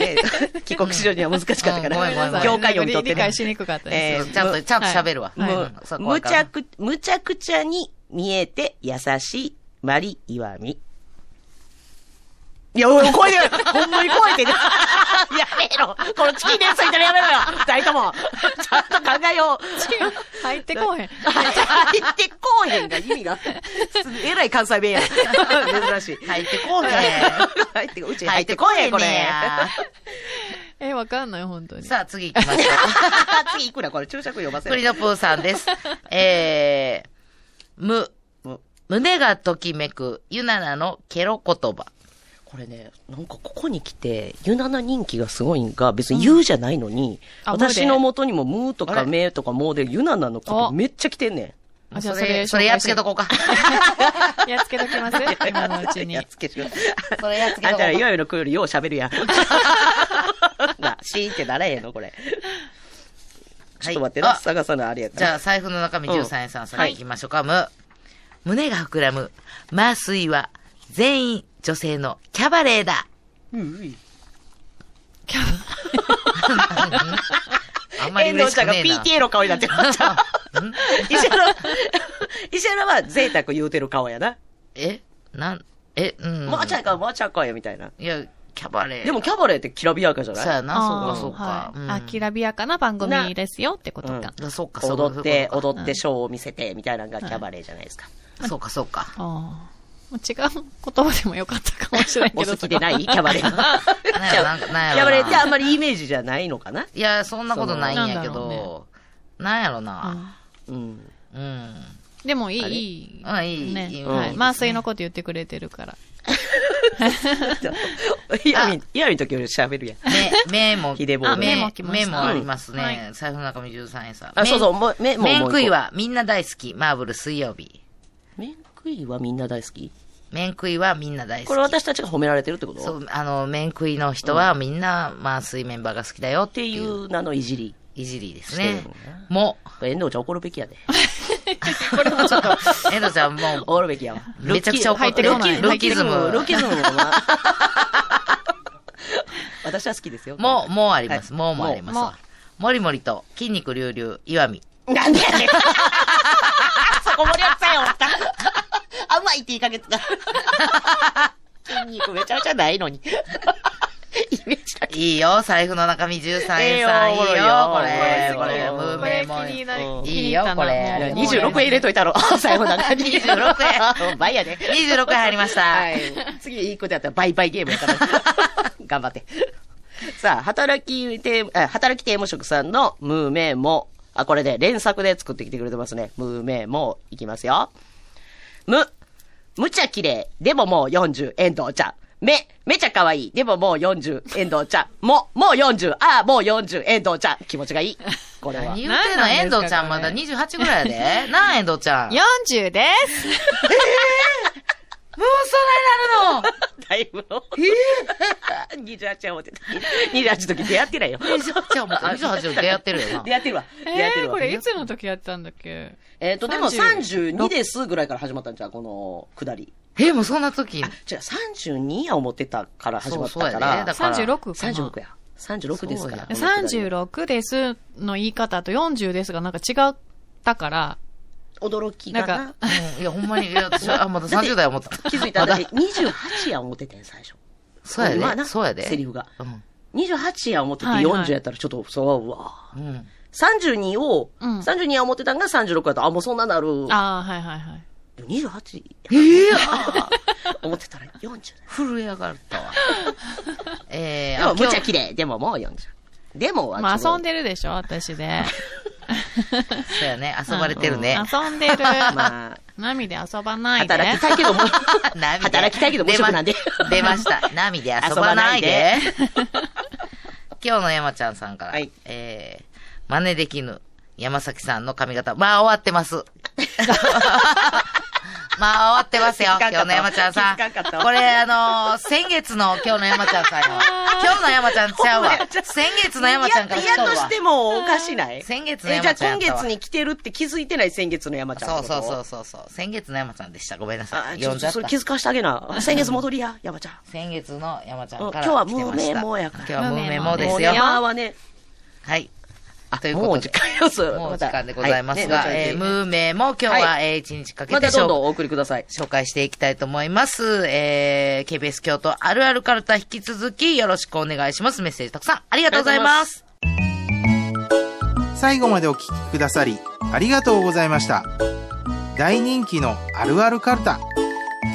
Speaker 3: んね。帰国子女には難しかったから
Speaker 4: うんごめんごめんごめ
Speaker 3: ね。
Speaker 4: ん
Speaker 3: 業界読み取って
Speaker 5: 理
Speaker 3: ね
Speaker 5: 解。しにくかった
Speaker 3: えー
Speaker 5: です。
Speaker 4: ちゃんと、ちゃんと喋るわ。
Speaker 5: はい
Speaker 4: うんそこは
Speaker 3: むちゃく、むちゃくちゃに見えて優しいマリ岩見。いや、おい、怖いで、ほんまに怖いけ <laughs> ど。やめろこのチキンのやついたらやめろよ二人ともちゃんと考えよう
Speaker 5: 入ってこうへん。
Speaker 3: 入ってこうへんが意味が。えらい関西弁や。珍しい。
Speaker 4: 入ってこうね。
Speaker 3: 入ってこう、うち入ってこうへん、これ。
Speaker 5: え、わかんない、本当に。
Speaker 4: さあ、次行きましょう。
Speaker 3: 次いくらこれ、注釈読ませ
Speaker 4: プリ
Speaker 3: る。
Speaker 4: ノプーさんです。えー、む、
Speaker 3: む
Speaker 4: 胸がときめく、ゆななのケロ言葉。
Speaker 3: これね、なんかここに来て、ユナナ人気がすごいんが、別に言うじゃないのに、
Speaker 5: あ
Speaker 3: 私の元にもムーとか
Speaker 4: あれ
Speaker 3: メーとかモーでユナナのこと
Speaker 5: お
Speaker 3: めっちゃ来てんねん。
Speaker 5: あじゃあ
Speaker 4: そ
Speaker 5: それ
Speaker 4: れ、それやっつけと
Speaker 5: 紹
Speaker 4: こうか。
Speaker 5: <laughs> やっつけと
Speaker 4: <laughs>
Speaker 5: きます今のうちに
Speaker 3: やっ。つけしよう
Speaker 4: それやっつけとこう
Speaker 3: あんたらいわゆるクールよう喋
Speaker 4: <laughs>
Speaker 3: るやん。な、シーンってならへんのこれ。ちょっと待ってな、
Speaker 4: あ
Speaker 3: 探さなあれやか
Speaker 4: じ
Speaker 3: ら。
Speaker 4: ゃあ、財布の中身13円さん、それ行きましょうか。む。胸が膨らむ。麻酔は、全員女性のキャバレーだ。 <laughs> あんまり
Speaker 3: 遠
Speaker 4: 嬉
Speaker 3: 藤
Speaker 4: し
Speaker 3: ちゃ
Speaker 4: く
Speaker 3: んが
Speaker 4: ねえな。
Speaker 3: PTA の顔になってる。
Speaker 4: <laughs>
Speaker 3: 石原、石原は贅沢言うてる顔やな。
Speaker 4: えなん、えうん。
Speaker 3: もうちゃんか、もうちゃんかよ、みたいな。
Speaker 4: いや、キャバレー。
Speaker 3: でも、キャバレーってきらびやかじゃない
Speaker 4: そうやな、そう
Speaker 5: あ
Speaker 4: か、
Speaker 5: ー
Speaker 4: そうか。
Speaker 5: は
Speaker 4: う
Speaker 5: い
Speaker 4: ん
Speaker 5: あ、きらびやかな番組ですよってこと
Speaker 3: な
Speaker 5: か。
Speaker 4: あそうか、そうか。
Speaker 3: 踊って、
Speaker 4: そういうこと
Speaker 3: 踊って、ショーを見せて、みたいなのがキャバレーじゃないですか。
Speaker 4: かそうか、そう
Speaker 3: <laughs>
Speaker 4: か。
Speaker 5: ああ。もう違う言葉でもよかったかもしれない
Speaker 3: お
Speaker 5: けど。
Speaker 3: 好きで <laughs>
Speaker 5: <laughs>
Speaker 3: ないキャバレー。キャ
Speaker 4: なんやなんかなんやろな
Speaker 3: バレーってあんまりイメージじゃないのかない
Speaker 4: や、そんなことないんやけ
Speaker 5: そのなんだ
Speaker 4: ど、なんやろ
Speaker 5: う
Speaker 4: な。
Speaker 5: ん
Speaker 3: <laughs> うん。
Speaker 4: うん。
Speaker 5: でもいい、いい。
Speaker 4: あいい
Speaker 5: ね
Speaker 4: いい
Speaker 5: はい。
Speaker 4: うん
Speaker 5: 麻酔のこと言ってくれてるから。
Speaker 3: イヤミン、イヤミンの時より喋るやん。
Speaker 4: 目、目も、
Speaker 3: ひでぼうの
Speaker 4: 目
Speaker 5: あ目も来ま
Speaker 4: 目
Speaker 5: した
Speaker 4: もありますね。
Speaker 5: はい
Speaker 4: 財布の中身13円さん。
Speaker 3: あ、そうそう、
Speaker 4: 麺
Speaker 3: もう麺も
Speaker 4: 麺
Speaker 3: もう一個
Speaker 4: 食い。はみんな大好き。マーブル水曜日。
Speaker 3: 麺食いはみんな大好き
Speaker 4: 麺食いはみんな大好き。
Speaker 3: これ私たちが褒められてるってこと
Speaker 4: そ
Speaker 3: っ
Speaker 4: う、あの、麺食いの人はみんな、まあ、水メンバーが好きだよって
Speaker 3: てい
Speaker 4: いう、
Speaker 3: う名のいじり。
Speaker 4: いじりです
Speaker 3: し
Speaker 4: ね
Speaker 3: てるんだ。
Speaker 4: も
Speaker 3: 遠藤ちゃん怒るべきやで。
Speaker 4: う、これもちょっと、 <laughs> エドちゃんもう、
Speaker 3: <laughs> 怒るべきやわ。
Speaker 4: めちゃくちゃ怒って
Speaker 5: る
Speaker 3: ロキ
Speaker 5: ロ
Speaker 3: ロ
Speaker 4: キ
Speaker 3: キ
Speaker 4: ズ
Speaker 3: ズ
Speaker 4: ム
Speaker 3: ム。ロキズムも <laughs> な。私は好きですよ。
Speaker 4: もう、もうあります。
Speaker 3: はい
Speaker 4: もうもあります
Speaker 5: もう
Speaker 4: わ。もりもりと、筋肉隆々、岩見。
Speaker 3: なんでやねん。そこ盛り上がったよ。
Speaker 1: 甘いって言いかけてた。
Speaker 3: 筋肉めちゃめちゃないのに。 <laughs> イメージだけ。
Speaker 4: いいよ、財布の中身13
Speaker 3: ええ
Speaker 4: 円
Speaker 3: よ
Speaker 4: さん。いいよ、
Speaker 3: おもろいよ
Speaker 4: これ、
Speaker 3: お
Speaker 4: こ
Speaker 3: もろい
Speaker 4: れ、
Speaker 3: よ
Speaker 4: ムー
Speaker 5: こ
Speaker 4: メ
Speaker 5: れ
Speaker 4: ン
Speaker 5: 気
Speaker 4: も。
Speaker 5: にな
Speaker 3: うん
Speaker 5: る。
Speaker 4: いいよこれ
Speaker 5: 気に入ったなもう
Speaker 3: 26円入れといたろ。 <laughs> 最後の中に。
Speaker 4: 26円
Speaker 3: <laughs> うん倍やで。
Speaker 4: 26円入りました。
Speaker 3: はい。次、いいことやったら、バイバイゲームやから。 <laughs> 頑張って。さあ、働きて、あ働きて無職さんのムーメーモ。あ、これで連作で作ってきてくれてますね。ムーメーモ。いきますよ。む、むちゃ綺麗。でももう40、遠藤ちゃん。め、めちゃ可愛い。でももう40、遠藤ちゃん。も、もう40、ああ、もう40、遠藤ちゃん。気持ちがいい。これは
Speaker 4: 何。言ってんの遠藤ちゃんまだ28ぐらいや
Speaker 3: <laughs>
Speaker 4: で。なあ、遠藤ちゃん。
Speaker 5: 40です。
Speaker 4: <laughs> もうそないなる
Speaker 3: だいぶの。28は思って <laughs> た。28の時出会ってないよ。
Speaker 4: のじゃあもう28で出会ってるよ
Speaker 3: <laughs>
Speaker 4: な。
Speaker 3: 出会ってるわ。
Speaker 5: え
Speaker 3: 出会ってる
Speaker 5: ー、
Speaker 3: わ。
Speaker 5: これいつの時やってたんだっけ
Speaker 3: えっ、と、でも
Speaker 5: 30
Speaker 3: 32ですぐらいから始まったんじゃうこの、下り。
Speaker 4: え、もうそんな時。
Speaker 3: 違う、32や思ってたから始まったか
Speaker 4: そうそうやね
Speaker 3: ら。
Speaker 4: だから
Speaker 5: ?36 かな。
Speaker 3: 36や。36ですから。この下り
Speaker 5: 36ですの言い方と40ですがなんか違ったから、
Speaker 3: 驚きかな。
Speaker 5: なんか
Speaker 4: うんいや、ほんまに、いや、私は、あ、まだ30代思ってた。
Speaker 3: <laughs> 気づいたんだ。
Speaker 4: まだ
Speaker 3: 28や思っててん、最初。
Speaker 4: そうや
Speaker 3: まあ
Speaker 4: で。
Speaker 3: な
Speaker 4: そうやで。
Speaker 3: セリフが。
Speaker 4: うん。
Speaker 3: 28や思ってて
Speaker 5: はいはい
Speaker 3: 40やったらちょっと、そう、うわ
Speaker 4: うん。
Speaker 3: 32を、
Speaker 5: うん
Speaker 3: 32や思ってたんが36やと、あ、もうそんななる。
Speaker 5: ああ、はいはいはい。
Speaker 3: 28や
Speaker 4: ええ
Speaker 3: 思ってたら40だ。
Speaker 4: 震え上がった
Speaker 3: <laughs>
Speaker 4: わ。え
Speaker 3: で
Speaker 4: ー、あ
Speaker 3: も、むちゃ綺麗。でももう40。でもは
Speaker 5: まあ
Speaker 3: ちょっと
Speaker 5: 遊んでるでしょ、私で。
Speaker 4: そうやね。遊ばれてるね。
Speaker 5: 遊んでる。
Speaker 3: まあ、
Speaker 5: 波で遊ばないで。
Speaker 3: 働きたいけども、
Speaker 4: 波で
Speaker 3: 働きたいけど無職なんで。
Speaker 4: 出ま出ました。波で遊ばないで。今日の山ちゃんさんから。
Speaker 3: はい
Speaker 4: えー、真似できぬ山崎さんの髪型。まあ終わっ
Speaker 3: <laughs>
Speaker 4: てます。まあ終わってますよ。
Speaker 3: 気づかんかった
Speaker 4: 今日の山ちゃんさん。
Speaker 3: 気づかんかったわ
Speaker 4: これあのー先月の今日の山ちゃんさ
Speaker 3: <laughs>
Speaker 4: んよ。今日の山ちゃんちゃうわ。先月の山ちゃんから
Speaker 3: や
Speaker 4: しと
Speaker 3: や
Speaker 4: る
Speaker 3: と
Speaker 4: わ
Speaker 3: し。てもおかしない。
Speaker 4: 先月の
Speaker 3: えじゃ
Speaker 4: 山
Speaker 3: あ
Speaker 4: ちゃんや
Speaker 3: 今
Speaker 4: ったわ
Speaker 3: 月に来てるって気づいてない先月の山ちゃん。
Speaker 4: そうそうそううそうそう。先月の山ちゃんでした。ごめんなさ
Speaker 3: あ、
Speaker 4: い。
Speaker 3: ちょ
Speaker 4: 呼
Speaker 3: っ
Speaker 4: んじ
Speaker 3: と
Speaker 4: ゃっ
Speaker 3: それ
Speaker 4: た
Speaker 3: 気。づかしてあげな。
Speaker 4: <laughs>
Speaker 3: あ先月戻りや、山ちゃん。
Speaker 4: 先月の山ちゃんから
Speaker 3: うん今日は
Speaker 4: 来てました。
Speaker 3: 無名もやから
Speaker 4: 今日は無名もで
Speaker 3: もう
Speaker 4: す
Speaker 3: ね
Speaker 4: よ。
Speaker 3: 山はね、
Speaker 4: はい。という
Speaker 3: も
Speaker 4: こ
Speaker 3: う
Speaker 4: と
Speaker 3: 時
Speaker 4: で。
Speaker 3: 間よ、それ
Speaker 4: もう
Speaker 3: ま
Speaker 4: 時
Speaker 3: た
Speaker 4: 間でございますが、
Speaker 3: はいね
Speaker 4: えー、無名も今日は、
Speaker 3: は
Speaker 4: えー、一日かけ
Speaker 3: ま
Speaker 4: て
Speaker 3: たどんどん
Speaker 4: 紹
Speaker 3: お送りください。
Speaker 4: 紹介していきたいと思います。えー、KBS 京都あるあるカルタ引き続きよろしくお願いします。メッセージたくさんありがとうございます。
Speaker 2: 最後までお聞きくださりありがとうございました大人気のあるあるカルタ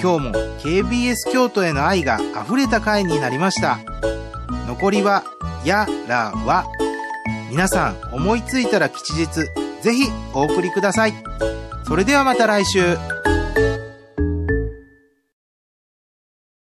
Speaker 2: 今日も KBS 京都への愛があふれた回になりました残りは「やらは」皆さん思いついたら吉日ぜひお送りくださいそれではまた来週